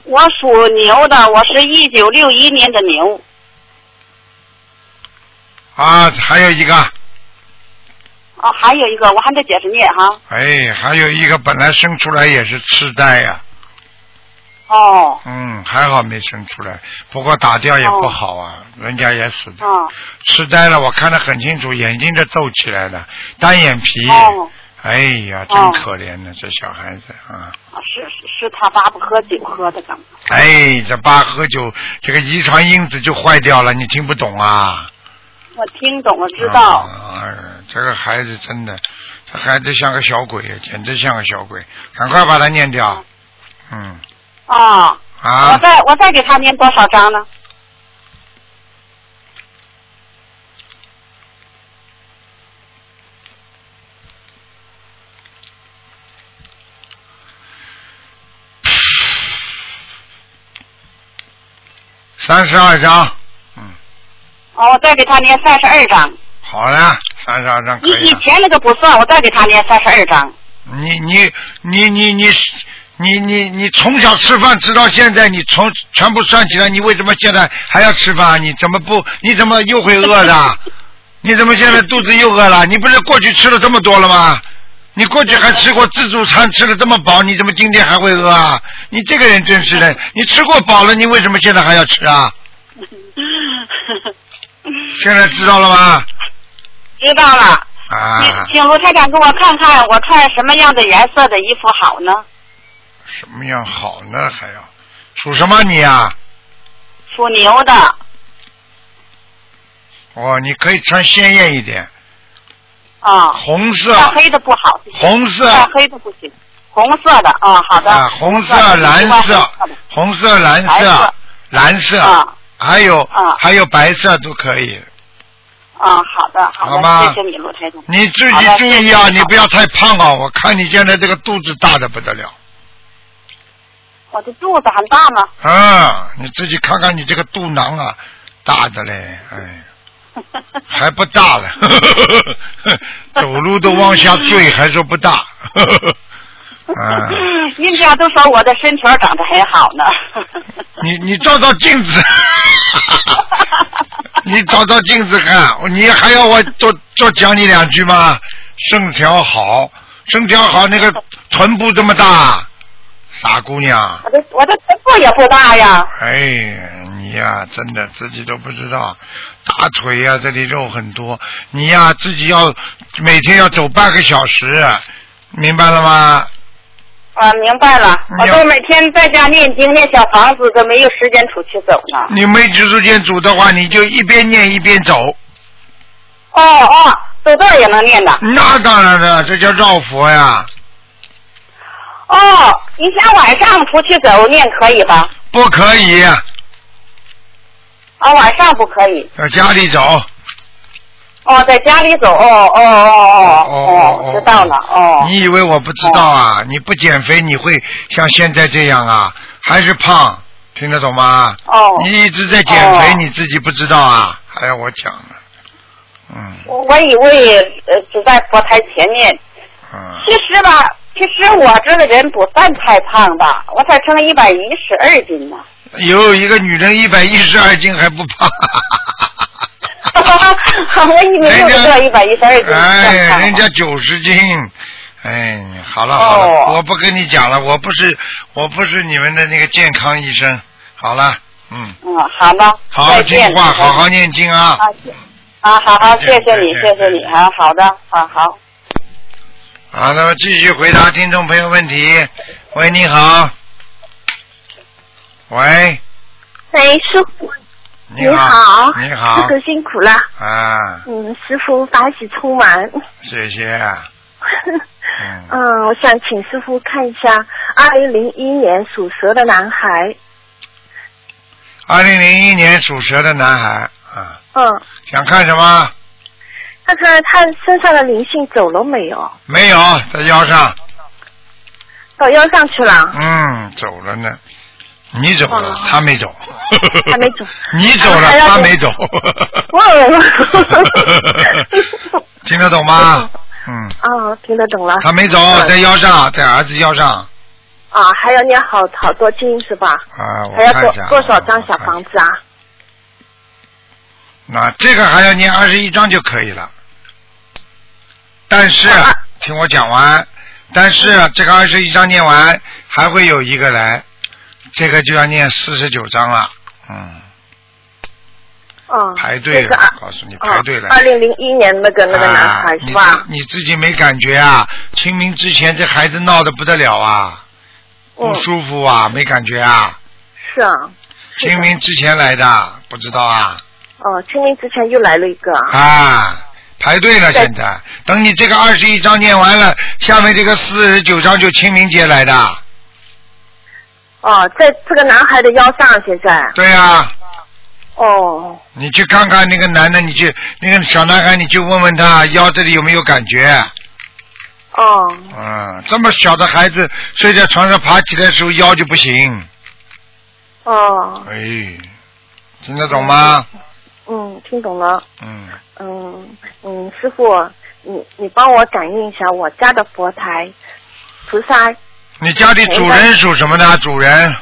Speaker 5: 我属牛的，我是一九六一年的牛
Speaker 1: 啊，还有一个，
Speaker 5: 啊，还有一个我还得解释念哈。
Speaker 1: 哎，还有一个本来生出来也是痴呆呀、
Speaker 5: 哦，
Speaker 1: 嗯，还好没生出来，不过打掉也不
Speaker 5: 哦
Speaker 1: 好啊，人家也死的。
Speaker 5: 啊，
Speaker 1: 痴呆了，我看得很清楚，眼睛都皱起来了，单眼皮。
Speaker 5: 哦，
Speaker 1: 哎呀，真
Speaker 5: 哦
Speaker 1: 可怜的、这小孩子啊！
Speaker 5: 是是是他爸不喝酒喝的，干嘛？
Speaker 1: 哎，这八喝酒，这个遗传因子就坏掉了，你听不懂啊？
Speaker 5: 我听懂了，知道。
Speaker 1: 啊、哎呀这个孩子真的，这孩子像个小鬼，简直像个小鬼，赶快把它念掉。嗯
Speaker 5: 啊，我
Speaker 1: 啊，
Speaker 5: 再我再给他念多少章呢？
Speaker 1: 三十二章，
Speaker 5: 哦，我再给他念三十二章。
Speaker 1: 好了，三十二章
Speaker 5: 以
Speaker 1: 可以啊
Speaker 5: 以
Speaker 1: 了。
Speaker 5: 前那个不算，我再给他念三十二章。
Speaker 1: 你你你你你你你你从小吃饭吃到现在，你从全部算起来，你为什么现在还要吃饭？啊你怎么不？你怎么又会饿的？啊你怎么现在肚子又饿了？啊你不是过去吃了这么多了吗？你过去还吃过自助餐，吃的这么饱，你怎么今天还会饿啊？你这个人真是的，你吃过饱了，你为什么现在还要吃啊？现在知道了吗？
Speaker 5: 知道了，请
Speaker 1: 啊，
Speaker 5: 请卢台长给我看看，我穿什么样的颜色的衣服好呢？
Speaker 1: 什么样好呢？还要属什么你啊？
Speaker 5: 属牛的，
Speaker 1: 哦，你可以穿鲜艳一点，
Speaker 5: 啊、
Speaker 1: 红色、
Speaker 5: 穿黑的不好，
Speaker 1: 红色
Speaker 5: 穿黑的不行，红色的啊、好的，
Speaker 1: 啊，红色、蓝色、红色、蓝
Speaker 5: 白
Speaker 1: 色
Speaker 5: 色、
Speaker 1: 蓝色，
Speaker 5: 啊
Speaker 1: 还有
Speaker 5: 啊
Speaker 1: 还有白色都可以。
Speaker 5: 啊、好的好
Speaker 1: 好吧
Speaker 5: 的，谢谢你卢台长，
Speaker 1: 你自
Speaker 5: 好
Speaker 1: 己
Speaker 5: 的
Speaker 1: 注
Speaker 5: 谢谢
Speaker 1: 意啊，
Speaker 5: 你
Speaker 1: 你不要太胖啊！我看你现在这个肚子大的不得了
Speaker 5: 我的肚子很大吗？
Speaker 1: 啊！你自己看看你这个肚囊啊，大的嘞，哎，还不大了， 走路都往下坠，还说不大， 啊。
Speaker 5: 人家都说我的身条长得很好呢。
Speaker 1: 你你照照镜子，你照照镜子看，你还要我多多讲你两句吗？身条好，身条好，那个臀部这么大，傻姑娘。
Speaker 4: 我的我的臀部也不大呀，
Speaker 1: 哎呀，你呀、真的自己都不知道，大腿呀、这里肉很多，你呀、自己要每天要走半个小时，明白了吗？
Speaker 4: 啊，明白了，
Speaker 1: 你
Speaker 4: 我
Speaker 1: 要
Speaker 4: 都每天在家念经念小房子，都没有时间出去走呢。
Speaker 1: 你没直住间煮的话，你就一边念一边走，
Speaker 4: 哦哦，走道也能念的。
Speaker 1: 那当然了，这叫绕佛呀，
Speaker 4: 哦，你想晚上出去走念可以吧？
Speaker 1: 不可以，
Speaker 4: 啊，晚上不可以。
Speaker 1: 要家里走。
Speaker 4: 哦，在家里走。哦哦哦哦
Speaker 1: 哦
Speaker 4: 哦，知道了。哦
Speaker 1: 你以为我不知道啊？你不减肥，你会像现在这样啊？还是胖？听得懂吗？
Speaker 4: 哦，
Speaker 1: 你一直在减肥，
Speaker 4: 哦
Speaker 1: 你自己不知道啊？还要我讲呢？嗯
Speaker 4: 我我以为呃只在佛台前面，
Speaker 1: 嗯，
Speaker 4: 其实吧，其实我这个人不算太胖吧，我才称一百一十二斤呢。
Speaker 1: 有一个女人一百一十二斤还不胖，
Speaker 4: 哈哈哈，我以为
Speaker 1: 人
Speaker 4: 有
Speaker 1: 家
Speaker 4: 个一百一十二斤不算
Speaker 1: 哎，
Speaker 4: 胖
Speaker 1: 人
Speaker 4: 吧。
Speaker 1: 家九十斤。哎，好了好了，
Speaker 4: 哦
Speaker 1: 我不跟你讲了，我不是我不是你们的那个健康医生，好了，嗯，
Speaker 4: 嗯，好了，
Speaker 1: 好好
Speaker 4: 再
Speaker 1: 听
Speaker 4: 见，
Speaker 1: 话，
Speaker 4: 再见
Speaker 1: 好好念经啊。
Speaker 4: 啊，谢啊，好好，谢谢你，谢
Speaker 1: 再见
Speaker 4: 谢你啊，好的，啊好，
Speaker 1: 好，那么继续回答听众朋友问题。喂，你好。喂，
Speaker 6: 喂，师傅，
Speaker 1: 你
Speaker 6: 好，
Speaker 1: 你好
Speaker 6: 师。傅辛苦了，
Speaker 1: 啊，
Speaker 6: 嗯，师傅法喜充满。
Speaker 1: 谢谢。嗯，
Speaker 6: 嗯，我想请师傅看一下，二零零一年属蛇的男孩，
Speaker 1: 二零零一年属蛇的男孩啊，
Speaker 6: 嗯，
Speaker 1: 想看什么？
Speaker 6: 看看他身上的灵性走了没有，
Speaker 1: 没有，在腰上。
Speaker 6: 到腰上去了，
Speaker 1: 嗯，走了呢。你走了，
Speaker 6: 哦
Speaker 1: 他没走。
Speaker 6: 还没 走哎
Speaker 1: 你走了，
Speaker 6: 还要
Speaker 1: 他
Speaker 6: 跟
Speaker 1: 没走。，
Speaker 6: 哇哦
Speaker 1: 听得懂吗？嗯，
Speaker 6: 哦，听得懂了，
Speaker 1: 他没走，
Speaker 6: 嗯
Speaker 1: 在腰上，在儿子腰上。
Speaker 6: 啊，还要念好好多经是吧？
Speaker 1: 啊，我
Speaker 6: 还要
Speaker 1: 看
Speaker 6: 多
Speaker 1: 一下啊
Speaker 6: 多少张小房？子啊？
Speaker 1: 那这个还要念二十一章就可以了。但是、
Speaker 6: 啊
Speaker 1: 听我讲完，但是、
Speaker 6: 嗯
Speaker 1: 这个二十一章念完，还会有一个来，这个就要念四十九章了。嗯，
Speaker 6: 嗯，
Speaker 1: 排队
Speaker 6: 那
Speaker 1: 了，
Speaker 6: 个啊
Speaker 1: 告诉你排队了。
Speaker 6: 二零零一年那个那个男
Speaker 1: 啊
Speaker 6: 孩、
Speaker 1: 你
Speaker 6: 是吧？
Speaker 1: 你自己没感觉啊？清明之前这孩子闹得不得了啊，
Speaker 6: 嗯
Speaker 1: 不，舒服啊，没感觉啊。
Speaker 6: 是啊，是的
Speaker 1: 清明之前来的，不知道啊。
Speaker 6: 哦，清明之前又来了一个啊，
Speaker 1: 啊，排队了，现在等你这个二十一章念完了，下面这个四十九章就清明节来的。
Speaker 6: 哦，在这个男孩的腰上现在，
Speaker 1: 对呀、
Speaker 6: 哦，
Speaker 1: 你去看看那个男的，你去那个小男孩，你去问问他腰这里有没有感觉。
Speaker 6: 哦，
Speaker 1: 嗯，这么小的孩子睡在床上爬起来的时候腰就不行，
Speaker 6: 哦，
Speaker 1: 哎，听得懂吗？
Speaker 6: 嗯，听懂了，
Speaker 1: 嗯，
Speaker 6: 嗯嗯，师傅，你你帮我感应一下我家的佛台，菩萨
Speaker 1: 你家里主人属什么呢？主人，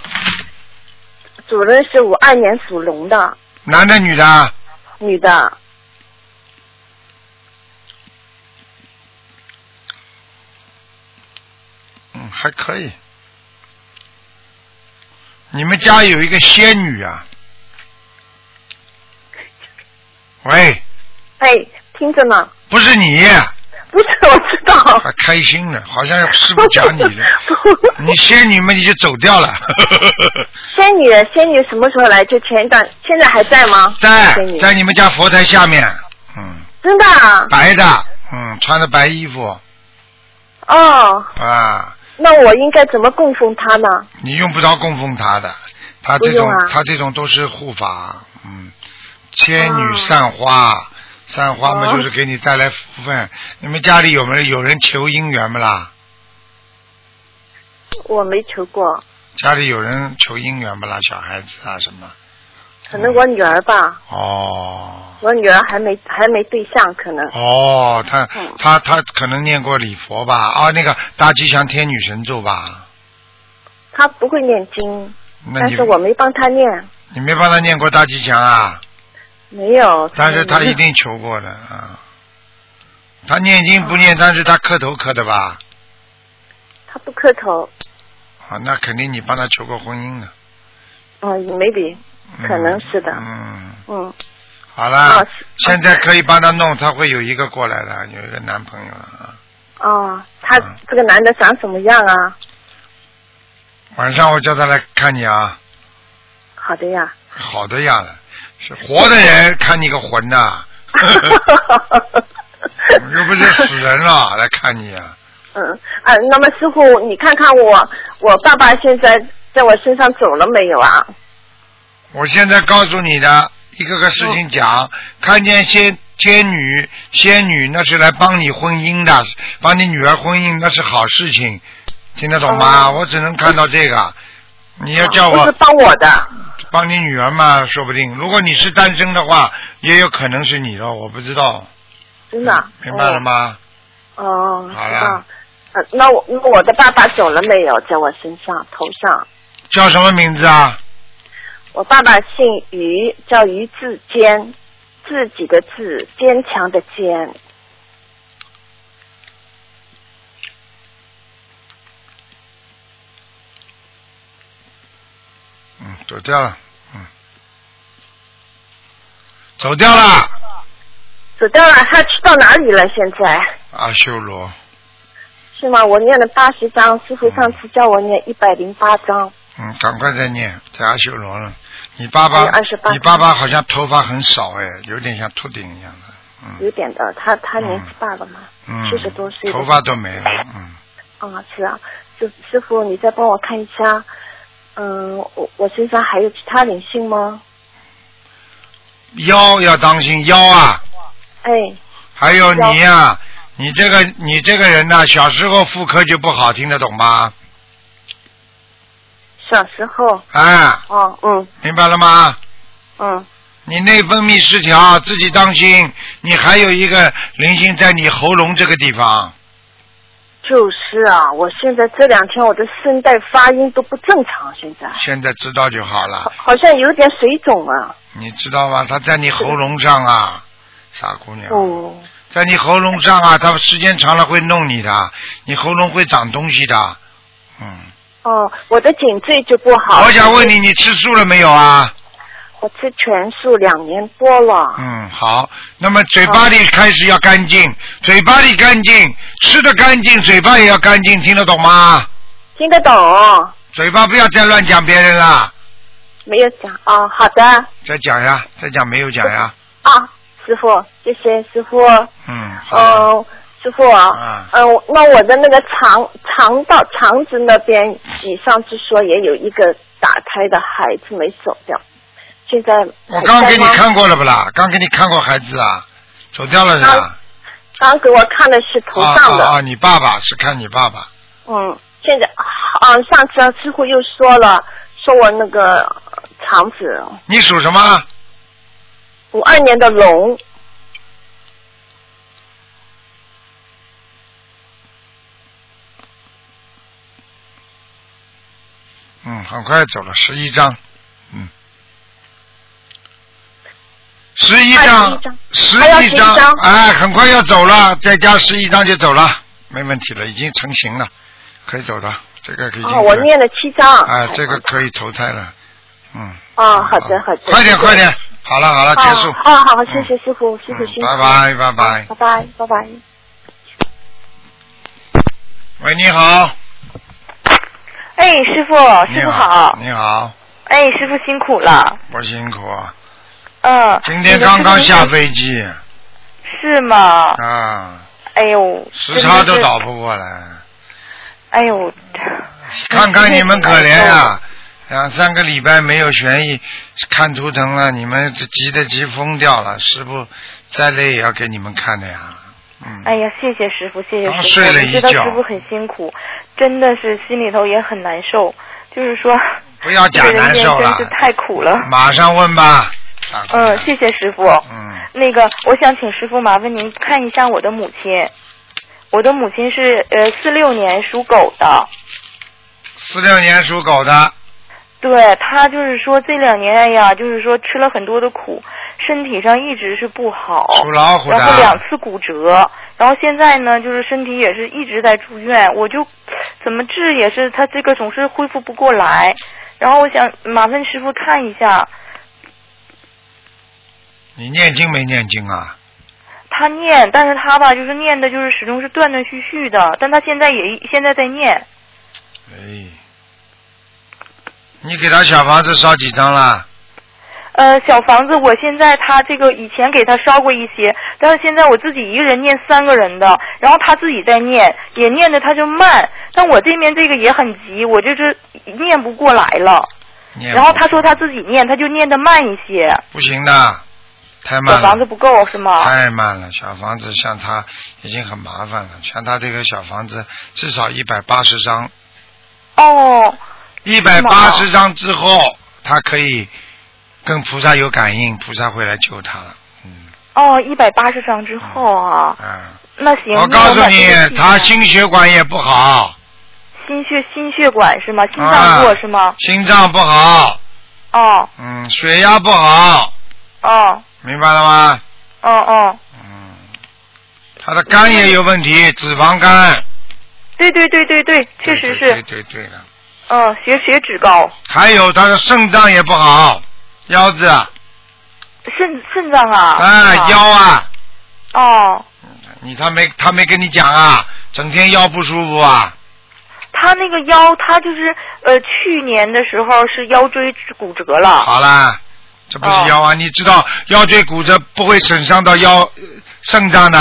Speaker 6: 主人是五二年属龙的
Speaker 1: 男的女的？
Speaker 6: 女的，
Speaker 1: 嗯，还可以。你们家有一个仙女啊？喂，
Speaker 6: 哎，听着呢，
Speaker 1: 不是你，
Speaker 6: 不是我知道，。
Speaker 1: 还开心呢，好像师傅讲你了你仙女嘛，你就走掉了。
Speaker 6: 仙女仙女什么时候来？就前一段，现在还在吗？
Speaker 1: 在
Speaker 6: 仙女
Speaker 1: 在你们家佛台下面，嗯，
Speaker 6: 真的啊，
Speaker 1: 白的，嗯，穿着白衣服
Speaker 6: 哦。
Speaker 1: 啊，
Speaker 6: 那我应该怎么供奉他呢？
Speaker 1: 你用不着供奉她的，她这种
Speaker 6: 不用啊
Speaker 1: 她这种都是护法，嗯，仙女
Speaker 6: 哦
Speaker 1: 散花，散花嘛
Speaker 6: 哦
Speaker 1: 就是给你带来福分。你们家里有没有有人求姻缘不啦？
Speaker 6: 我没求过，
Speaker 1: 家里有人求姻缘不啦？小孩子啊什么？
Speaker 6: 可能我女儿吧，
Speaker 1: 哦
Speaker 6: 我女儿还没还没对象，可能。
Speaker 1: 哦，他
Speaker 6: 嗯
Speaker 1: 他他可能念过礼佛吧？啊，那个大吉祥天女神咒吧？
Speaker 6: 她不会念经，
Speaker 1: 那
Speaker 6: 但
Speaker 1: 你
Speaker 6: 是我没帮她念，
Speaker 1: 你没帮他念过大吉祥啊？
Speaker 6: 没有。
Speaker 1: 但是他
Speaker 6: 没有
Speaker 1: 一
Speaker 6: 哦
Speaker 1: 定求过的啊。他念经不念，但是他磕头磕的吧？
Speaker 6: 他不磕头，
Speaker 1: 啊，那肯定你帮他求过婚姻的。
Speaker 6: 嗯，maybe
Speaker 1: 嗯
Speaker 6: 可能是的
Speaker 1: 嗯，
Speaker 6: 嗯，
Speaker 1: 好啦，
Speaker 6: 哦是
Speaker 1: 现在可以帮他弄，他会有一个过来的，有一个男朋友了啊。
Speaker 6: 哦，他
Speaker 1: 嗯
Speaker 6: 这个男的长什么样啊？
Speaker 1: 晚上我叫他来看你啊，
Speaker 6: 好 的呀，
Speaker 1: 好的呀，是活的人看你个魂呐、 又不是死人了来看你啊。
Speaker 6: 嗯啊，那么师傅，你看看我，我爸爸现在在我身上走了没有啊？
Speaker 1: 我现在告诉你的一个个事情
Speaker 6: 哦
Speaker 1: 讲，看见仙仙女，仙女那是来帮你婚姻的，帮你女儿婚姻那是好事情，听得懂吗？我只能看到这个。你要叫
Speaker 6: 哦不是
Speaker 1: 我
Speaker 6: 帮我的，
Speaker 1: 帮你女儿嘛，说不定。如果你是单身的话，也有可能是你的，我不知道。
Speaker 6: 真的。啊
Speaker 1: 嗯明白了吗？
Speaker 6: 哦？哦，
Speaker 1: 好
Speaker 6: 知
Speaker 1: 了
Speaker 6: 道。呃、那我那我的爸爸走了没有？在我身上头上，
Speaker 1: 叫什么名字啊？
Speaker 6: 我爸爸姓于，叫于志坚，自己的志，坚强的坚。
Speaker 1: 嗯，走掉了。嗯，走掉了。
Speaker 6: 走掉了，他去到哪里了？现在
Speaker 1: 阿修罗，
Speaker 6: 是吗？我念了八十章，师傅上次叫我念一百零八章。
Speaker 1: 嗯，赶快再念，在阿修罗了。你爸爸
Speaker 6: 还有28，
Speaker 1: 你爸爸好像头发很少哎，有点像秃顶一样的。嗯
Speaker 6: 有点的，他他年纪大了嘛，
Speaker 1: 嗯，
Speaker 6: 70多岁的
Speaker 1: 头发都没了。嗯，
Speaker 6: 啊是啊，师师傅你再帮我看一下，嗯，我我身上还有其他灵性吗？
Speaker 1: 腰要当心腰啊，
Speaker 6: 哎，
Speaker 1: 还有你呀、你这个你这个人呐、小时候妇科就不好，听得懂吗？
Speaker 6: 小时候，
Speaker 1: 哎，
Speaker 6: 哦，嗯
Speaker 1: 明白了吗？
Speaker 6: 嗯，
Speaker 1: 你内分泌失调，自己当心。你还有一个灵性在你喉咙这个地方，
Speaker 6: 就是啊，我现在这两天我的声带发音都不正常，现在
Speaker 1: 现在知道就好了
Speaker 6: 好。好像有点水肿啊，
Speaker 1: 你知道吗？它在你喉咙上 啊，傻姑娘，
Speaker 6: 哦，
Speaker 1: 在你喉咙上啊，它时间长了会弄你的，你喉咙会长东西的。嗯，
Speaker 6: 哦，我的颈椎就不好。
Speaker 1: 我想问你，，你吃素了没有啊？
Speaker 6: 我吃全素两年多了，
Speaker 1: 嗯，好。那么嘴巴里开始要干净，嘴巴里干净，吃的干净，嘴巴也要干净，听得懂吗？
Speaker 6: 听得懂？哦
Speaker 1: 嘴巴不要再乱讲别人了，
Speaker 6: 没有讲哦，好的
Speaker 1: 再讲呀，再讲没有讲呀？
Speaker 6: 啊，师傅，谢谢师傅。
Speaker 1: 嗯，好。
Speaker 6: 哦，师傅
Speaker 1: 啊
Speaker 6: 啊，嗯、我那我的那个肠肠道肠子那边，你上次说也有一个打胎的孩子没走掉，现在
Speaker 1: 我
Speaker 6: 还
Speaker 1: 刚
Speaker 6: 在
Speaker 1: 给你
Speaker 6: 吗，
Speaker 1: 看过了不啦？刚给你看过孩子啊，走掉了是吧？
Speaker 6: 啊刚给我看的是头上的，
Speaker 1: 啊啊啊！你爸爸是看你爸爸，
Speaker 6: 嗯，现在啊，上次啊师傅又说了，说我那个呃肠子
Speaker 1: 你属什么？
Speaker 6: 五二年的龙，
Speaker 1: 嗯，很快走了，十一张，嗯，十一张，十
Speaker 6: 还要
Speaker 1: 一
Speaker 6: 11张
Speaker 1: 哎，很快要走了，再加十一张就走了，没问题了，已经成型了，可以走了，这个已经
Speaker 6: 哦，我
Speaker 1: 可以
Speaker 6: 念了七章，
Speaker 1: 哎，这个可以投胎了，嗯，
Speaker 6: 哦，好的好的，
Speaker 1: 快点快点，好了好了，结束
Speaker 6: 哦，，哦好，谢谢
Speaker 1: 嗯
Speaker 6: 师傅，师傅
Speaker 1: 嗯
Speaker 6: 辛苦，
Speaker 1: 拜拜拜拜
Speaker 6: 拜，拜拜拜。
Speaker 1: 喂，你好，
Speaker 7: 哎，师傅，
Speaker 1: 你
Speaker 7: 师傅
Speaker 1: 好，。你好，
Speaker 7: 哎，师傅辛苦了。
Speaker 1: 不辛苦啊，
Speaker 7: 嗯。
Speaker 1: 今天刚刚下飞机
Speaker 7: 是吗？
Speaker 1: 啊。
Speaker 7: 哎呦，
Speaker 1: 时差
Speaker 7: 真的
Speaker 1: 都
Speaker 7: 是
Speaker 1: 倒。不过来，
Speaker 7: 哎呦，哎
Speaker 1: 看看你们可怜呀、
Speaker 7: 哦
Speaker 1: 两三个礼拜没有悬疑，看图腾了，你们这急得急疯掉了。师傅再累也要给你们看的呀。嗯，
Speaker 7: 哎呀，谢谢师傅，谢谢
Speaker 1: 刚
Speaker 7: 师
Speaker 1: 睡
Speaker 7: 傅，
Speaker 1: 了
Speaker 7: 我
Speaker 1: 一
Speaker 7: 知道
Speaker 1: 觉
Speaker 7: 师傅很辛苦，真的是心里头也很难受，就是说，
Speaker 1: 不要假
Speaker 7: 这个人
Speaker 1: 难
Speaker 7: 间
Speaker 1: 受
Speaker 7: 真
Speaker 1: 了
Speaker 7: 是，太苦了。
Speaker 1: 马上问吧。傻姑娘
Speaker 7: 嗯，谢谢师傅。
Speaker 1: 嗯，
Speaker 7: 那个，我想请师傅麻烦您看一下我的母亲，我的母亲是呃四六年属狗的。
Speaker 1: 四六年属狗的，
Speaker 7: 对他就是说这两年哎呀，就是说吃了很多的苦，身体上一直是不好，
Speaker 1: 属老虎
Speaker 7: 哦然后两
Speaker 1: 的，
Speaker 7: 次骨折，然后现在呢，就是身体也是一直在住院，我就怎么治也是他这个总是恢复不过来。然后我想麻烦师傅看一下，
Speaker 1: 你念经没念经啊？
Speaker 7: 他念，但是他吧就是念的就是始终是断断续续的，但他现在也现在在念，
Speaker 1: 哎，你给他小房子烧几张啦？
Speaker 7: 呃，小房子，我现在他这个以前给他烧过一些，但是现在我自己一个人念三个人的，然后他自己在念，也念的他就慢，但我这边这个也很急，我就是念不过来了。
Speaker 1: 念
Speaker 7: 然后
Speaker 1: 不
Speaker 7: 他说他自己念，他就念的慢一些，
Speaker 1: 不行的，太慢
Speaker 7: 小
Speaker 1: 了。
Speaker 7: 房子不够是吗？
Speaker 1: 太慢了，小房子像他已经很麻烦了，像他这个小房子至少一百八十张，
Speaker 7: 哦，
Speaker 1: 一百八十张之后，他可以跟菩萨有感应，菩萨会来救他了。嗯
Speaker 7: 哦，一百八十张之后啊，
Speaker 1: 啊，
Speaker 7: 那行，
Speaker 1: 我
Speaker 7: 那
Speaker 1: 告诉
Speaker 7: 把
Speaker 1: 你
Speaker 7: 这个，记
Speaker 1: 他
Speaker 7: 下
Speaker 1: 心血管也不好，
Speaker 7: 啊心血心血管是吗？心
Speaker 1: 啊
Speaker 7: 脏弱是吗？
Speaker 1: 心脏不好，
Speaker 7: 哦
Speaker 1: 嗯，血压不好，
Speaker 7: 哦
Speaker 1: 明白了吗？
Speaker 7: 哦哦，
Speaker 1: 嗯，他的肝也有问题，脂肪肝。
Speaker 7: 对对对对对，确
Speaker 1: 对对
Speaker 7: 实是，
Speaker 1: 对对对的。
Speaker 7: 嗯，血血脂高，
Speaker 1: 还有他的肾脏也不好，腰子啊，
Speaker 7: 肾肾脏啊，是
Speaker 1: 哎
Speaker 7: 吗
Speaker 1: 腰啊，
Speaker 7: 哦，
Speaker 1: 你他没他没跟你讲啊，整天腰不舒服啊，
Speaker 7: 他那个腰，他就是呃去年的时候是腰椎骨折了，
Speaker 1: 好啦，这不是腰啊，你知道腰椎骨折不会损伤到腰呃肾脏的，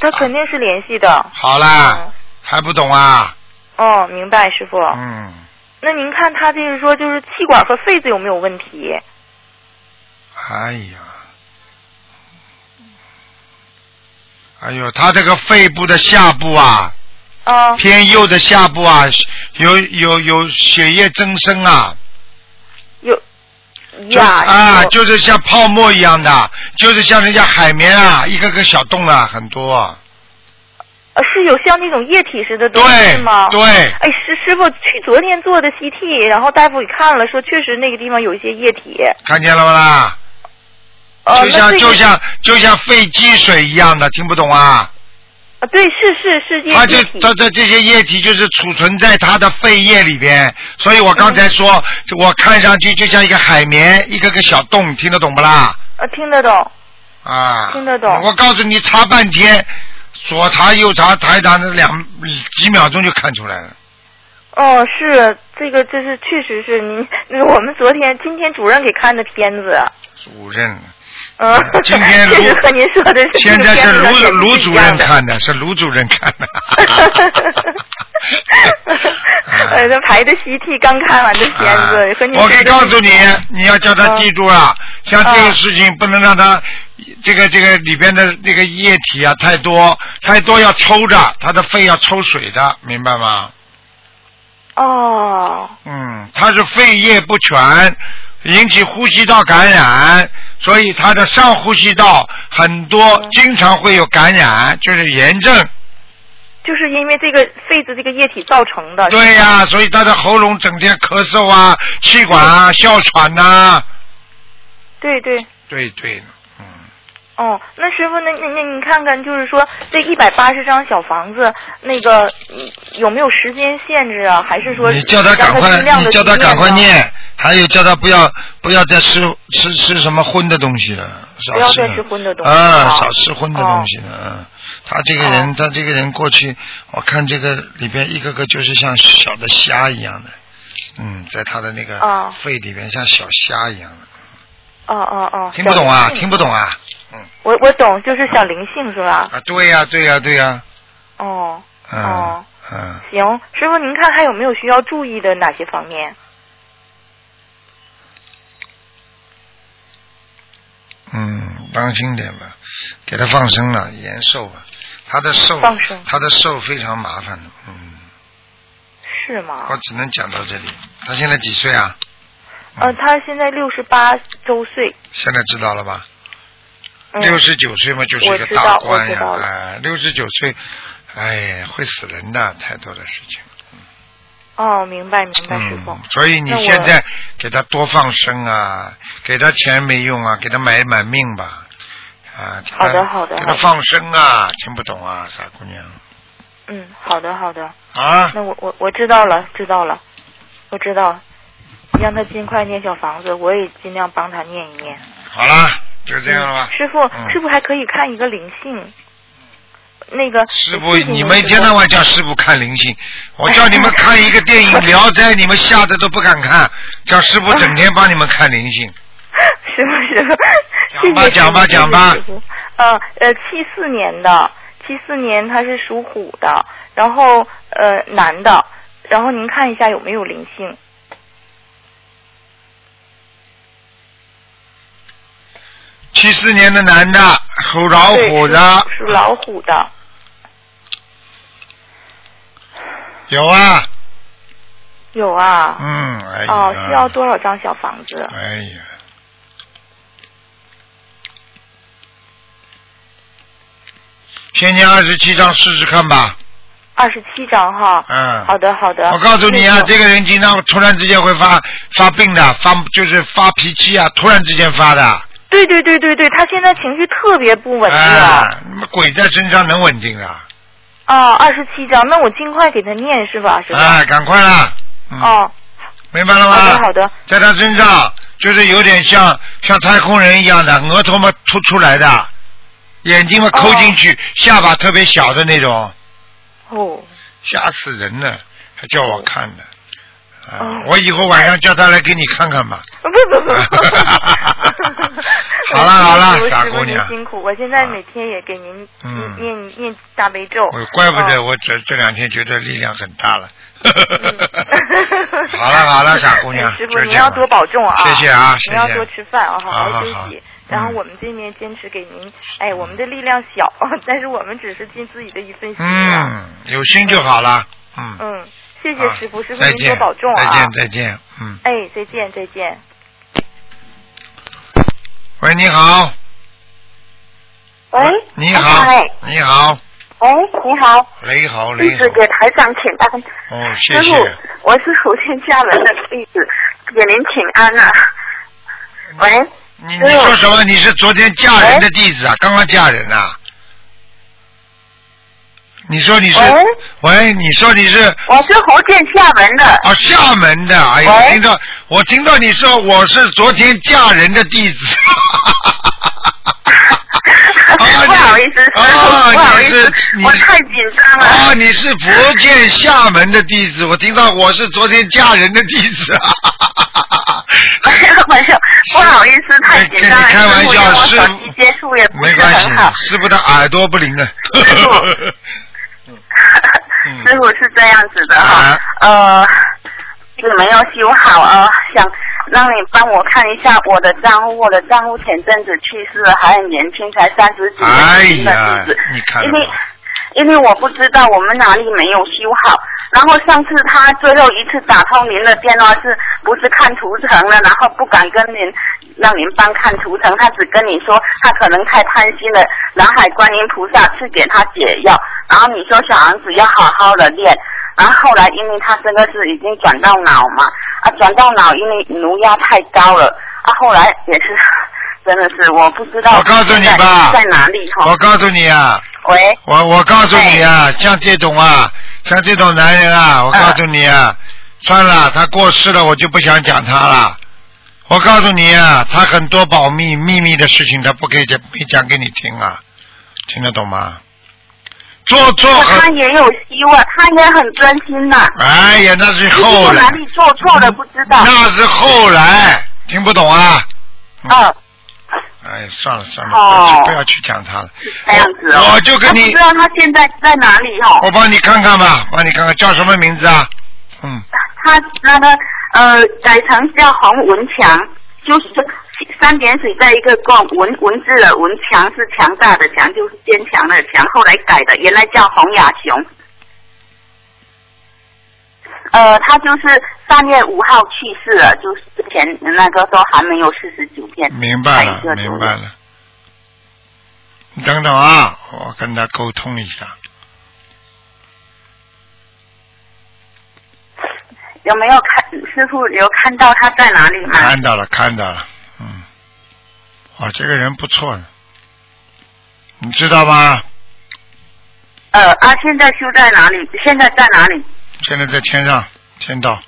Speaker 7: 他肯定是联系的。
Speaker 1: 好啦，
Speaker 7: 嗯
Speaker 1: 还不懂啊，
Speaker 7: 哦，明白，师傅。
Speaker 1: 嗯，
Speaker 7: 那您看他就是说，就是气管和肺子有没有问题？
Speaker 1: 哎呀。哎呦，他这个肺部的下部啊，
Speaker 7: 啊、
Speaker 1: 偏右的下部啊，有有有血液增生啊，
Speaker 7: 有
Speaker 1: 就
Speaker 7: 呀
Speaker 1: 啊，
Speaker 7: 有
Speaker 1: 就是像泡沫一样的，就是像人家海绵啊，一个个小洞啊，很
Speaker 7: 哦
Speaker 1: 多。
Speaker 7: 呃是有像那种液体似的东西
Speaker 1: 对
Speaker 7: 是吗？
Speaker 1: 对，
Speaker 7: 哎，师师傅去昨天做的 CT，然后大夫也看了，说确实那个地方有一些液体。
Speaker 1: 看见了吗啦？
Speaker 7: 呃，
Speaker 1: 就像
Speaker 7: 那这个
Speaker 1: 就像就像肺积水一样的，听不懂啊？
Speaker 7: 啊，对，是是是液
Speaker 1: 它就
Speaker 7: 液体。
Speaker 1: 它的这些液体就是储存在它的肺叶里边，所以我刚才说，
Speaker 7: 嗯
Speaker 1: 我看上去就像一个海绵，一个个小洞，听得懂不啦？
Speaker 7: 呃，听得懂。
Speaker 1: 啊，
Speaker 7: 听得懂
Speaker 1: 我告诉你，查半天，左查右查，查一查，那两几秒钟就看出来了。
Speaker 7: 哦，是这个，这是确实是您， 我们昨天今天主任给看的片子，
Speaker 1: 主任，
Speaker 7: 嗯，
Speaker 1: 今天
Speaker 7: 确实
Speaker 1: 卢
Speaker 7: 和您说的是这
Speaker 1: 现
Speaker 7: 个
Speaker 1: 在
Speaker 7: 片
Speaker 1: 是
Speaker 7: 子
Speaker 1: 卢
Speaker 7: 上
Speaker 1: 卢
Speaker 7: 确实
Speaker 1: 主
Speaker 7: 不一样
Speaker 1: 任
Speaker 7: 的。。
Speaker 1: 看的，是卢主任看的
Speaker 7: 呃，他排的 CT 刚看完的片子，和您
Speaker 1: 哎啊我可以
Speaker 7: 说的嗯
Speaker 1: 告
Speaker 7: 是
Speaker 1: 诉你，你要叫他记住啊，像这个事情不能让他，这个这个里边的那个液体啊太多，太多要抽着，他的肺要抽水的，明白吗？
Speaker 7: 哦，
Speaker 1: 嗯，他是肺叶不全，引起呼吸道感染，所以他的上呼吸道很多经常会有感染，就是炎症。
Speaker 7: 就是因为这个痱子这个液体造成的。
Speaker 1: 对呀、所以他的喉咙整天咳嗽啊，气管啊，哮喘呐、
Speaker 7: 对对，
Speaker 1: 对对，嗯，
Speaker 7: 哦，那师傅，那那那你看看，就是说这一百八十张小房子，那个嗯有没有时间限制啊？还是说
Speaker 1: 你叫他
Speaker 7: 让
Speaker 1: 赶快
Speaker 7: 尽量，
Speaker 1: 你
Speaker 7: 地
Speaker 1: 叫他
Speaker 7: 去
Speaker 1: 赶快
Speaker 7: 呢，
Speaker 1: 念，还有叫他不要不要再吃吃吃什么荤的东西了，
Speaker 7: 不要
Speaker 1: 少
Speaker 7: 再
Speaker 1: 吃。
Speaker 7: 吃荤的东西哦
Speaker 1: 啊，
Speaker 7: 啊
Speaker 1: 少吃荤的东西了。嗯，他这个人，他这个人过去，我看这个里边一个个就是像小的虾一样的，嗯，在他的那个
Speaker 7: 哦
Speaker 1: 肺里边像小虾一样的，
Speaker 7: 哦哦哦，
Speaker 1: 听不懂啊，
Speaker 7: 小灵性
Speaker 1: 听不懂啊，
Speaker 7: 我我懂，就是小灵性是吧？
Speaker 1: 啊，对呀、对呀、对呀、
Speaker 7: 哦，
Speaker 1: 嗯、
Speaker 7: 哦
Speaker 1: 嗯，
Speaker 7: 行，师傅，您看还有没有需要注意的哪些方面？
Speaker 1: 嗯，当心点吧，给他放生了，延寿吧，他的寿，
Speaker 7: 放生
Speaker 1: 他的寿非常麻烦的，嗯，
Speaker 7: 是吗
Speaker 1: 我？只能讲到这里。他现在几岁啊？
Speaker 7: 呃，他现在六十八周岁。
Speaker 1: 现在知道了吧？
Speaker 7: 嗯、
Speaker 1: 六十九岁嘛，就是一个
Speaker 7: 我知道
Speaker 1: 大官
Speaker 7: 我知
Speaker 1: 呀，
Speaker 7: 道了
Speaker 1: 哎，六十九岁，哎，会死人的，太多的事情。
Speaker 7: 哦，明白明白，师傅。
Speaker 1: 嗯，所以你
Speaker 7: 那我
Speaker 1: 现在给他多放生啊，给他钱没用啊，给他买一买命吧。啊，给
Speaker 7: 好
Speaker 1: 他
Speaker 7: 的好的
Speaker 1: 给他
Speaker 7: 好的
Speaker 1: 放生啊，听不懂啊，傻姑娘
Speaker 7: 嗯，好的好的，
Speaker 1: 啊，
Speaker 7: 那我我我知道了知道了，我知道了，让他尽快念小房子，我也尽量帮他念一念。
Speaker 1: 好啦，就这样了吧。
Speaker 7: 师傅，
Speaker 1: 嗯
Speaker 7: 师傅还可以看一个灵性，那个
Speaker 1: 师
Speaker 7: 呃
Speaker 1: 傅，
Speaker 7: 最近
Speaker 1: 你
Speaker 7: 有
Speaker 1: 们一
Speaker 7: 一个
Speaker 1: 天到晚叫师傅看灵性，我叫你们看一个电影《聊斋》，你们吓得都不敢看，叫师傅整天帮你们看灵性。
Speaker 7: 师傅，师傅，
Speaker 1: 讲吧
Speaker 7: 谢谢
Speaker 1: 讲吧
Speaker 7: 师傅
Speaker 1: 讲吧
Speaker 7: 谢谢师傅呃呃，七四年的，七四年他是属虎的，然后呃男的，然后您看一下有没有灵性。
Speaker 1: 七四年的男的，属老
Speaker 7: 对
Speaker 1: 虎的，
Speaker 7: 属属老虎的，
Speaker 1: 有啊，
Speaker 7: 有啊。
Speaker 1: 嗯，哎呀，
Speaker 7: 哦，需要多少张小房子？
Speaker 1: 哎呀，先念二十七章试试看吧，
Speaker 7: 二十七张哈。
Speaker 1: 嗯，
Speaker 7: 好的，好的。
Speaker 1: 我告诉你啊
Speaker 7: 那，个
Speaker 1: 这个人经常突然之间会发发病的，发就是发脾气啊，突然之间发的。
Speaker 7: 对对对对对，他现在情绪特别不稳定。
Speaker 1: 啊，那么鬼在身上能稳定啊？
Speaker 7: 哦，二十七张，那我尽快给他念是吧？是吧？
Speaker 1: 哎，嗯赶快啦！嗯，
Speaker 7: 哦，
Speaker 1: 明白了吗？
Speaker 7: 好的好的。
Speaker 1: 在他身上就是有点像像太空人一样的，额头嘛凸出来的，眼睛嘛抠进去，下巴特别小的那种，
Speaker 7: 哦，
Speaker 1: 吓死人了，还叫我看呢。啊
Speaker 7: 哦
Speaker 1: 我以后晚上叫他来给你看看吧。
Speaker 7: 不不不
Speaker 1: 好了好 了
Speaker 7: 师傅
Speaker 1: 傻
Speaker 7: 师傅
Speaker 1: 姑
Speaker 7: 您
Speaker 1: 娘啊
Speaker 7: 辛苦，我现在每天也给您
Speaker 1: 嗯
Speaker 7: 念念大悲 咒。
Speaker 1: 我怪不得
Speaker 7: 哦
Speaker 1: 我这这两天觉得力量很大了。
Speaker 7: 嗯 哎
Speaker 1: 好了好了，傻姑娘，
Speaker 7: 师
Speaker 1: 就
Speaker 7: 傅
Speaker 1: 这
Speaker 7: 您
Speaker 1: 样
Speaker 7: 要
Speaker 1: 吧
Speaker 7: 多保重啊！
Speaker 1: 谢谢啊，谢
Speaker 7: 您要
Speaker 1: 谢。
Speaker 7: 多吃饭啊，好
Speaker 1: 好好
Speaker 7: 休
Speaker 1: 好
Speaker 7: 息。然后
Speaker 1: 嗯
Speaker 7: 我们这边坚持给您，哎，我们的力量小， 但是我们只是尽自己的一份心啊。
Speaker 1: 嗯，有心就好了。嗯，
Speaker 7: 嗯，谢谢
Speaker 1: 好
Speaker 7: 师傅，师傅
Speaker 1: 再
Speaker 7: 您多
Speaker 1: 见，
Speaker 7: 保重
Speaker 1: 再
Speaker 7: 啊
Speaker 1: 见，！再见。嗯，
Speaker 7: 哎，再见，再见。
Speaker 1: 喂，你好，
Speaker 5: 喂，
Speaker 1: 你
Speaker 5: 台
Speaker 1: 好
Speaker 5: 长哎，
Speaker 1: 你好，
Speaker 5: 喂，你好，
Speaker 1: 雷好，
Speaker 5: 弟
Speaker 1: 雷好
Speaker 5: 子。给台长请安。
Speaker 1: 哦，谢
Speaker 5: 师
Speaker 1: 谢。
Speaker 5: 傅，我是福建厦门的弟子，给您请安啊。喂，
Speaker 1: 你
Speaker 5: 师
Speaker 1: 你
Speaker 5: 傅
Speaker 1: 说什么？你是昨天嫁人的弟子啊？刚刚嫁人啊？你说你是
Speaker 5: 喂？
Speaker 1: 喂，你说你是
Speaker 5: 我是福建厦门的。
Speaker 1: 啊，厦门的，哎呀，
Speaker 5: 喂
Speaker 1: 我听到我听到你说我是昨天嫁人的弟 子，啊
Speaker 5: 不好意思，师
Speaker 1: 啊
Speaker 5: 傅，不好意
Speaker 1: 你
Speaker 5: 思
Speaker 1: 是，你
Speaker 5: 我
Speaker 1: 是
Speaker 5: 太紧张
Speaker 1: 啊，
Speaker 5: 了。
Speaker 1: 你是福建厦门的弟子，我听到我是昨天嫁人的弟子，
Speaker 5: 没有没有， 不好意思，太
Speaker 1: 哎
Speaker 5: 紧
Speaker 1: 跟你
Speaker 5: 张了。
Speaker 1: 开玩
Speaker 5: 哎师
Speaker 1: 笑，
Speaker 5: 傅
Speaker 1: 师
Speaker 5: 因为我手机接触也不
Speaker 1: 没
Speaker 5: 是
Speaker 1: 关系
Speaker 5: 很好，。
Speaker 1: 师傅的耳朵不灵啊。
Speaker 5: 师傅
Speaker 1: 嗯
Speaker 5: 师傅是这样子的哈
Speaker 1: 啊，
Speaker 5: 呃，并没有修好呃，想让你帮我看一下我的账户，我的账户前阵子去世了，还很年轻，才三十几
Speaker 1: 哎
Speaker 5: 岁的
Speaker 1: 呀
Speaker 5: 日子，，
Speaker 1: 你看
Speaker 5: 因
Speaker 1: 了
Speaker 5: 为
Speaker 1: 吗？
Speaker 5: 因为我不知道我们哪里没有修好，然后上次他最后一次打通您的电话是不是看图腾了，然后不敢跟您让您帮看图腾，他只跟你说他可能太贪心了，南海观音菩萨赐给他解药，然后你说小王子要好好的练，然后后来因为他这个是已经转到脑嘛，啊转到脑因为颅压太高了，啊后来也是真的是我不知道
Speaker 1: 我告诉你吧
Speaker 5: 在哪里哈
Speaker 1: 我，告诉你啊，
Speaker 5: 喂，
Speaker 1: 我我告诉你
Speaker 5: 哎
Speaker 1: 啊，像这种啊，像这种男人
Speaker 5: 嗯
Speaker 1: 啊，我告诉你啊，算了，他过世了，我就不想讲他了。我告诉你啊，他很多保密秘密的事情，他不可以讲，没讲给你听啊，听得懂吗？做做
Speaker 5: 他
Speaker 1: 很，
Speaker 5: 也有希望，他也很真心呐、
Speaker 1: 哎呀，那是后
Speaker 5: 我
Speaker 1: 来
Speaker 5: 哪，里啊做错了不知道。
Speaker 1: 那是后来，听不懂啊？
Speaker 5: 嗯，
Speaker 1: 哎，算了算了，
Speaker 5: 哦
Speaker 1: 不要去不要去讲他了。
Speaker 5: 这样子哦。
Speaker 1: 我我就跟
Speaker 5: 他
Speaker 1: 你
Speaker 5: 不知，道他现在在哪里哦。
Speaker 1: 我帮你看看吧，帮你看看叫什么名字啊？嗯。
Speaker 5: 他那个呃，改成叫洪文强，就是三点水在一个共文文字的文强是强大的强，就是坚强的强。后来改的，原来叫洪雅雄。呃，他就是三月五号去世了，就是之前那个时候还没有四十九天。
Speaker 1: 明白
Speaker 5: 还有一个
Speaker 1: 了，
Speaker 5: 就是
Speaker 1: 明白了。你等等啊，我跟他沟通一下。
Speaker 5: 有没有看师傅有看到他在哪里吗？
Speaker 1: 哦看到了，看到了，嗯，哇，这个人不错的，你知道吗？
Speaker 5: 呃啊，现在修在哪里？现在在哪里？
Speaker 1: 现在在天上，天道。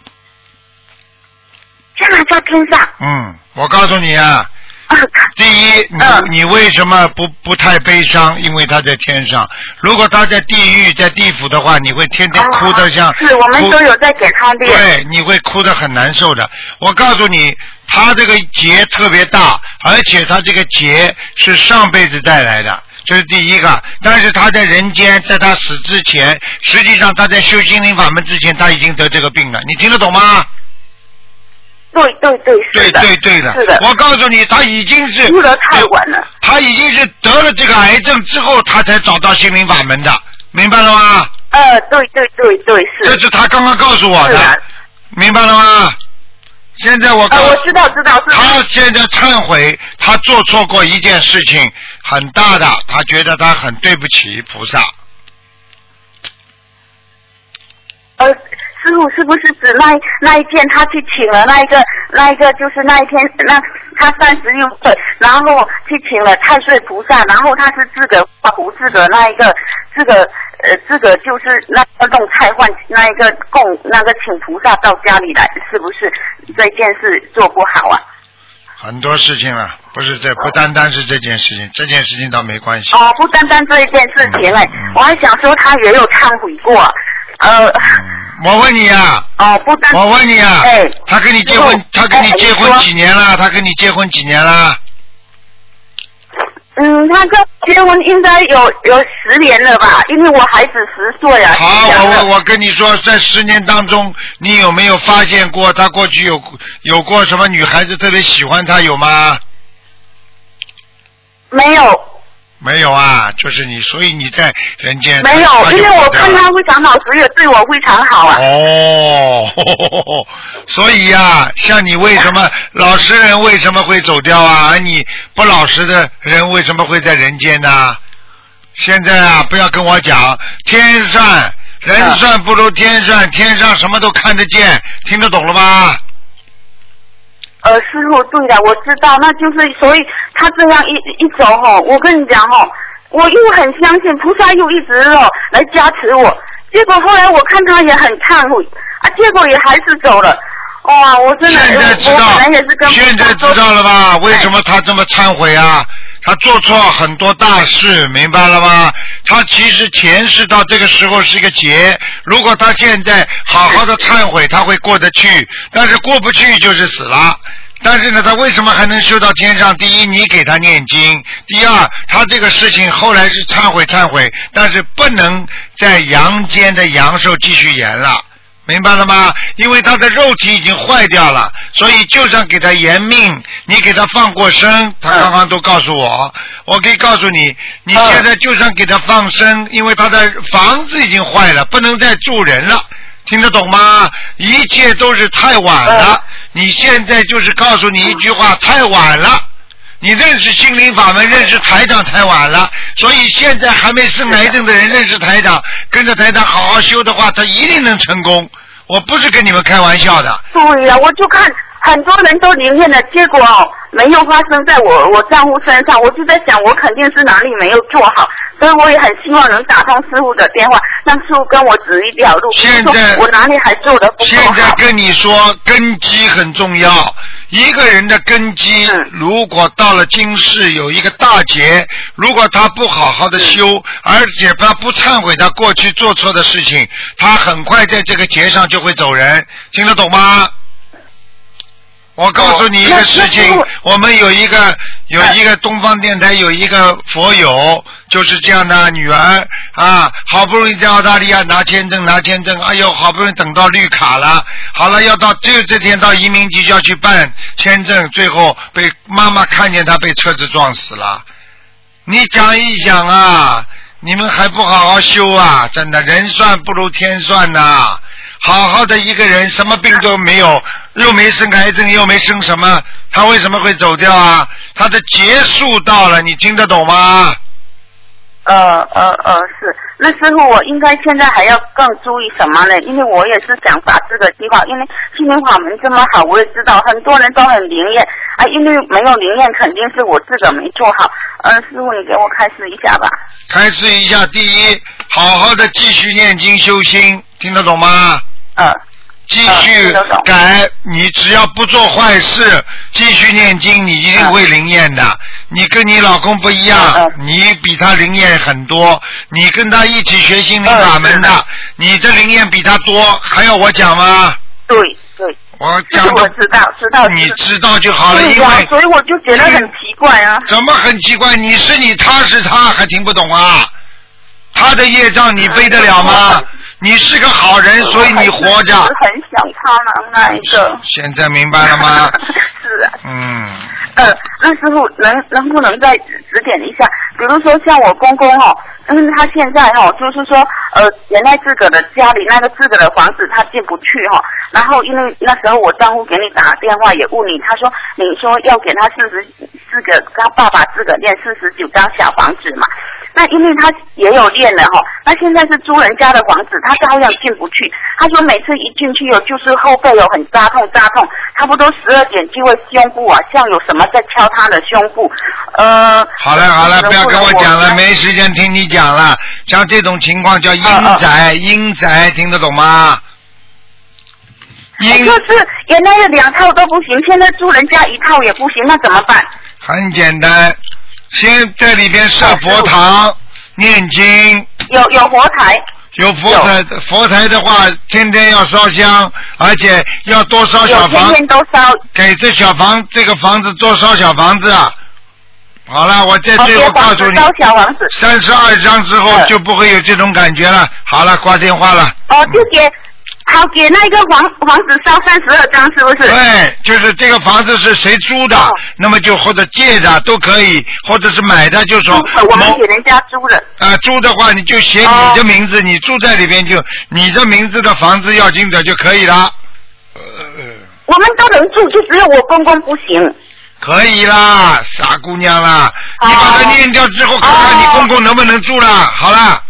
Speaker 5: 现在在天上。
Speaker 1: 嗯，我告诉你啊，
Speaker 5: 啊
Speaker 1: 第一，
Speaker 5: 嗯
Speaker 1: 你你为什么不不太悲伤？因为他在天上。如果他在地狱、在地府的话，你会天天哭得像、
Speaker 5: 啊是我们
Speaker 1: 哭
Speaker 5: 都有在给他练。
Speaker 1: 对，你会哭得很难受的。我告诉你，他这个劫特别大，而且他这个劫是上辈子带来的，这是第一个。但是他在人间，在他死之前，实际上他在修心灵法门之前，他已经得这个病了。你听得懂吗？
Speaker 5: 对对对，
Speaker 1: 对
Speaker 5: 是的，
Speaker 1: 对对的，
Speaker 5: 是的，
Speaker 1: 我告诉你，他已经是
Speaker 5: 哭得太晚了。
Speaker 1: 他已经是得了这个癌症之后，他才找到心灵法门的，明白了吗？
Speaker 5: 呃，对对对对，是
Speaker 1: 这是他刚刚告诉我
Speaker 5: 是
Speaker 1: 的，
Speaker 5: 的。
Speaker 1: 明白了吗？现在我告
Speaker 5: 呃，
Speaker 1: 诉、
Speaker 5: 我知道知道是
Speaker 1: 他现在忏悔，他做错过一件事情，很大的，他觉得他很对不起菩萨。
Speaker 5: 呃，师傅是不是指那那一天他去请了那一个那一个就是那一天那他三十六岁，然后去请了太岁菩萨，然后他是自个菩自个那一个自个呃自个就是那个弄菜换那一个供那个请菩萨到家里来，是不是这件事做不好啊？
Speaker 1: 很多事情了，不是这不单单是这件事情，这件事情倒没关系。
Speaker 5: 哦，不单单这一件事情哎
Speaker 1: 嗯嗯，
Speaker 5: 我还想说他也有忏悔过，呃，
Speaker 1: 嗯我问你啊，
Speaker 5: 哦，不单
Speaker 1: 我问你啊，
Speaker 5: 哎
Speaker 1: 他跟你结婚，他跟你结婚几年了？他跟你结婚几年了？
Speaker 5: 嗯，他这结婚应该有有十年了吧，因为我孩子十岁啊。
Speaker 1: 好，
Speaker 5: 是这样的
Speaker 1: 我我我跟你说，在十年当中，你有没有发现过他过去有有过什么女孩子特别喜欢他有吗？
Speaker 5: 没有
Speaker 1: 没有啊，就是你，所以你在人间
Speaker 5: 没有，
Speaker 1: 他就
Speaker 5: 因为我
Speaker 1: 跑掉
Speaker 5: 看
Speaker 1: 了
Speaker 5: 他非常老实，也对我非常好啊。
Speaker 1: 哦， 所以呀、像你为什么老实人为什么会走掉啊？而你不老实的人为什么会在人间呢、现在啊，不要跟我讲天算
Speaker 5: 啊
Speaker 1: 人算不如天算，天上什么都看得见，听得懂了吗？
Speaker 5: 呃，师傅，对的，我知道，那就是所以他这样一一走吼，我跟你讲吼，我又很相信菩萨又一直哦来加持我，结果后来我看他也很忏悔啊，结果也还是走了。哇、我真的，
Speaker 1: 现在知
Speaker 5: 我
Speaker 1: 道
Speaker 5: 本来也是跟，菩萨
Speaker 1: 现在知
Speaker 5: 说
Speaker 1: 道了吧？为什么他这么忏悔啊？他做错很多大事，明白了吗？他其实前世到这个时候是一个劫，如果他现在好好的忏悔，他会过得去，但是过不去就是死了。但是呢，他为什么还能修到天上？第一，你给他念经；第二，他这个事情后来是忏悔忏悔，但是不能在阳间的阳寿继续延了。明白了吗？因为他的肉体已经坏掉了，所以就算给他延命，你给他放过生，他刚刚都告诉我，我可以告诉你，你现在就算给他放生，因为他的房子已经坏了，不能再住人了。听得懂吗？一切都是太晚了。你现在就是告诉你一句话，太晚了。你认识心灵法门，认识台长太晚了，所以现在还没生癌症的人认识台长，跟着台长好好修的话，他一定能成功。我不是跟你们开玩笑的，
Speaker 5: 对呀、我就看很多人都灵验了，结果哦没有发生在我我丈夫身上，我就在想我肯定是哪里没有做好，所以我也很希望能打通师傅的电话，让师傅跟我指一条路，
Speaker 1: 现在
Speaker 5: 比如说我哪里还做的不够
Speaker 1: 现在
Speaker 5: 好。
Speaker 1: 跟你说，根基很重要。一个人的根基
Speaker 5: 嗯，
Speaker 1: 如果到了今世有一个大劫，如果他不好好的修，而且他不忏悔他过去做错的事情，他很快在这个劫上就会走人，听得懂吗？我告诉你一个事
Speaker 5: 那
Speaker 1: 情
Speaker 5: 那，
Speaker 1: 我们有一个有一个东方电台有一个佛友，就是这样的女儿啊，好不容易在澳大利亚拿签证拿签证，哎呦，好不容易等到绿卡了，好了要到就这天到移民局就要去办签证，最后被妈妈看见她被车子撞死了。你想一想啊，你们还不好好修啊！真的，人算不如天算呐、好好的一个人，什么病都没有，又没生癌症，又没生什么，他为什么会走掉啊？他的结束到了，你听得懂吗？
Speaker 5: 呃呃呃，是。那师傅，我应该现在还要更注意什么呢？因为我也是想把这个计划，因为心灵法门这么好，我也知道很多人都很灵验啊，因为没有灵验，肯定是我自个没做好。嗯、师傅，你给我开示一下吧。
Speaker 1: 开始一下，第一，好好的继续念经修心，听得懂吗？
Speaker 5: 嗯、
Speaker 1: 继
Speaker 5: 嗯听
Speaker 1: 续
Speaker 5: 得懂
Speaker 1: 改，你只要不做坏事，继续念经，你一定会灵验的。你跟你老公不一样
Speaker 5: 嗯，
Speaker 1: 你比他灵验很多，你跟他一起学心灵法门
Speaker 5: 嗯
Speaker 1: 的，你的灵验比他多，还要我讲吗？
Speaker 5: 对对，
Speaker 1: 我
Speaker 5: 这
Speaker 1: 讲
Speaker 5: 个我
Speaker 1: 的
Speaker 5: 知道知道。
Speaker 1: 你
Speaker 5: 是
Speaker 1: 知道就好了，
Speaker 5: 对
Speaker 1: 因
Speaker 5: 呀、
Speaker 1: 为
Speaker 5: 所以我就觉得很奇怪啊。
Speaker 1: 怎么很奇怪？你是你，他是他，还听不懂啊？他的业障你背得了吗？你是个好人，所以你活着。
Speaker 5: 我很想他能那一个。
Speaker 1: 现在明白了吗？
Speaker 5: 是啊，
Speaker 1: 嗯，
Speaker 5: 呃，那师傅能能不能再指指点一下？比如说像我公公哈、哦，嗯，他现在哈、哦，就是说呃，原来自个的家里那个自个的房子他进不去哈、然后因为那时候我丈夫给你打电话也问你，他说你说要给他四十四个，他爸爸自个练四十九张小房子嘛。那因为他也有练了哈、那现在是租人家的房子，他照样进不去。他说每次一进去哦，就是后背有很扎痛扎痛，差不多十二点就会胸部啊，像有什么在敲他的胸部，呃。
Speaker 1: 好了好了，不要跟我讲了，
Speaker 5: 能不能
Speaker 1: 没时间听你讲了。像这种情况叫阴
Speaker 5: 啊
Speaker 1: 宅，阴宅听得懂吗？
Speaker 5: 哎
Speaker 1: 阴
Speaker 5: 就是原来的两套都不行，现在租人家一套也不行，那怎么办？
Speaker 1: 很简单，先在里边
Speaker 5: 哎
Speaker 1: 设佛堂、念经，
Speaker 5: 有有佛台，
Speaker 1: 有佛台，佛台的话，天天要烧香，而且要多烧
Speaker 5: 有
Speaker 1: 小
Speaker 5: 天
Speaker 1: 房，
Speaker 5: 天都烧，
Speaker 1: 给这小房这个房子多烧小房子啊。好了，我在
Speaker 5: 哦
Speaker 1: 最
Speaker 5: 别
Speaker 1: 后告
Speaker 5: 房子
Speaker 1: 诉你，
Speaker 5: 烧小房子，
Speaker 1: 三十二章之后就不会有这种感觉了。好了，挂电话了。
Speaker 5: 哦，就给好给那个房房子烧三十二张，是不是？
Speaker 1: 对，哎就是这个房子是谁租
Speaker 5: 哦
Speaker 1: 的，那么就或者借的都可以，或者是买的，就说
Speaker 5: 嗯我们
Speaker 1: 某
Speaker 5: 给人家租的。
Speaker 1: 啊、租的话，你就写
Speaker 5: 哦
Speaker 1: 你的名字，你住在里边就你的名字的房子要经者就可以了。
Speaker 5: 我们都能住，就只有我公公不行。
Speaker 1: 可以啦，傻姑娘啦，
Speaker 5: 哦
Speaker 1: 你把它念掉之后，看看你公公能不能住啦。好啦，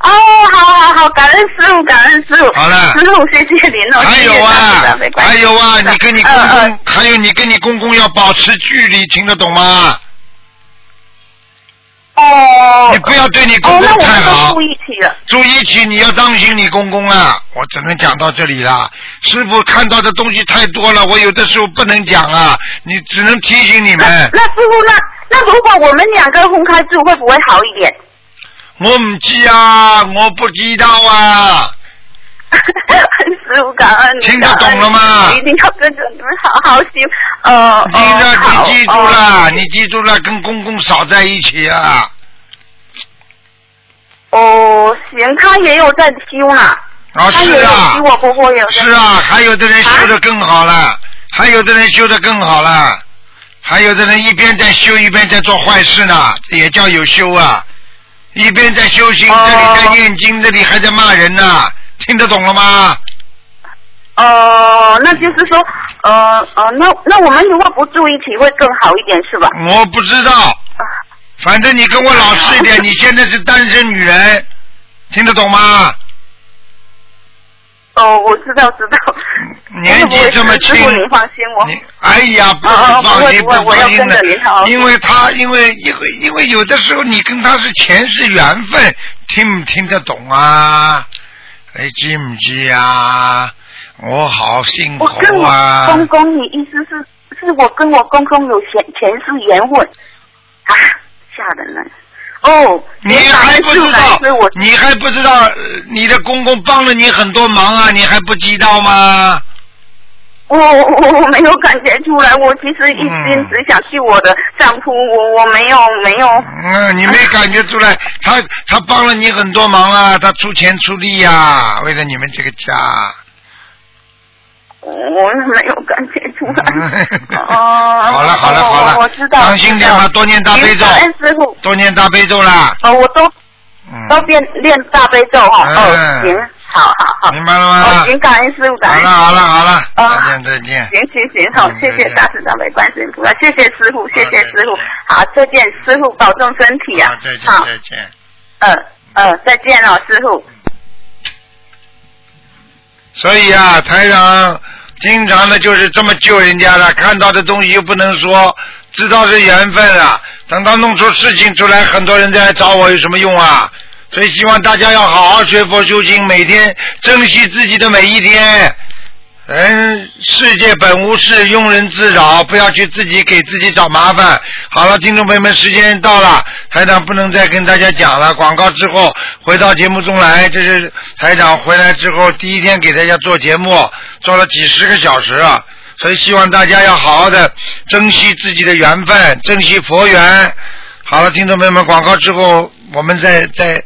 Speaker 5: 哦，好好好，感恩师傅，感恩师傅。
Speaker 1: 好了
Speaker 5: 师傅谢谢您哦。
Speaker 1: 还有
Speaker 5: 谢谢大
Speaker 1: 啊
Speaker 5: 慈大悲，观世
Speaker 1: 还
Speaker 5: 音
Speaker 1: 有啊，你跟你公
Speaker 5: 嗯嗯
Speaker 1: 公，还有你跟你公公要保持距离，听得懂吗？
Speaker 5: 哦，
Speaker 1: 你不要对你公
Speaker 5: 哦，
Speaker 1: 公
Speaker 5: 那我
Speaker 1: 太
Speaker 5: 们
Speaker 1: 好
Speaker 5: 都。住一起了。
Speaker 1: 住一起，你要当心你公公了。我只能讲到这里了。师傅看到的东西太多了，我有的时候不能讲啊，你只能提醒你们。
Speaker 5: 那师傅，那那如果我们两个分开住，会不会好一点？
Speaker 1: 我唔知啊，我不知道啊。
Speaker 5: 师傅，感恩你。
Speaker 1: 听得
Speaker 5: 感
Speaker 1: 懂
Speaker 5: 恩
Speaker 1: 了吗
Speaker 5: 你一定要跟着你们好好修。呃，
Speaker 1: 你这
Speaker 5: 哦好
Speaker 1: 你记住
Speaker 5: 哦
Speaker 1: 了，你记住了，跟公公少在一起啊。
Speaker 5: 哦，行，他也有在修呢。
Speaker 1: 啊，
Speaker 5: 他
Speaker 1: 是
Speaker 5: 也有
Speaker 1: 啊
Speaker 5: 修，，我婆婆也有在
Speaker 1: 是啊，还有的人修的更好了，还有的人修的更好了，还有的人一边在修一边在做坏事呢，这也叫有修啊！一边在修行，
Speaker 5: 哦
Speaker 1: 这里在念经，这里还在骂人呢，听得懂了吗？
Speaker 5: 哦，那就是说，呃呃，那那我们如果不住一起会更好一点，是吧？
Speaker 1: 我不知道，反正你跟我老实一
Speaker 5: 啊
Speaker 1: 点，你现在是单身女人，听得懂 吗？
Speaker 5: 哦，我知道知道。
Speaker 1: 嗯年纪这么轻
Speaker 5: 师傅您放心我。
Speaker 1: 你哎呀，不
Speaker 5: 啊啊
Speaker 1: 能放心，
Speaker 5: 不会不会
Speaker 1: 放心
Speaker 5: 我要跟着您好啊好
Speaker 1: 的，因为他因为因为因为有的时候你跟他是前世缘分，听不听得懂啊？哎，记不记啊？我好幸
Speaker 5: 我跟
Speaker 1: 福
Speaker 5: 我公
Speaker 1: 啊！
Speaker 5: 公，你意思是是我跟我公公有前前世缘分啊？吓人了！哦，
Speaker 1: 你
Speaker 5: 原来
Speaker 1: 还不知道
Speaker 5: 是来自我，
Speaker 1: 你还不知道，呃你的公公帮了你很多忙啊，你还不知道吗？
Speaker 5: 我我我没有感觉出来，我其实一心只想去我的丈夫，我我没有没有。
Speaker 1: 嗯，你没感觉出来，他他帮了你很多忙啊，他出钱出力呀、为了你们这个家。
Speaker 5: 我没有感觉 出来。哦，
Speaker 1: 嗯好了好了好了，
Speaker 5: 我我知道，
Speaker 1: 当心点吧，
Speaker 5: 知道
Speaker 1: 多念大悲咒
Speaker 5: 感，恩师傅，
Speaker 1: 多念大悲咒啦。
Speaker 5: 哦，我都
Speaker 1: 嗯，
Speaker 5: 都练练大悲咒哈。
Speaker 1: 嗯
Speaker 5: 哦，行，好好好。
Speaker 1: 明白了
Speaker 5: 哦
Speaker 1: 吗？
Speaker 5: 行，感恩师傅，感
Speaker 1: 好
Speaker 5: 恩。
Speaker 1: 了好了好了，
Speaker 5: 啊
Speaker 1: 再见再见。
Speaker 5: 行行行，好
Speaker 1: 嗯，
Speaker 5: 谢
Speaker 1: 再
Speaker 5: 谢
Speaker 1: 见
Speaker 5: 大慈大悲观世音菩萨，谢谢师傅，谢谢
Speaker 1: 好
Speaker 5: 师
Speaker 1: 再
Speaker 5: 傅
Speaker 1: 见，
Speaker 5: 好，再见，师傅保重身体啊
Speaker 1: 好，再见
Speaker 5: 好，
Speaker 1: 再见。
Speaker 5: 嗯嗯，再见了，师傅。
Speaker 1: 所以啊，台长经常的就是这么救人家的，看到的东西又不能说，知道是缘分啊。等到弄出事情出来，很多人再来找我有什么用啊？所以希望大家要好好学佛修心，每天珍惜自己的每一天。人世界本无事，庸人自扰，不要去自己给自己找麻烦。好了，听众朋友们，时间到了，台长不能再跟大家讲了。广告之后回到节目中来，这是台长回来之后第一天给大家做节目，做了几十个小时啊。所以希望大家要好好的珍惜自己的缘分，珍惜佛缘。好了，听众朋友们，广告之后我们再再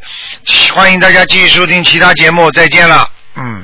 Speaker 1: 欢迎大家继续收听其他节目，再见了，嗯。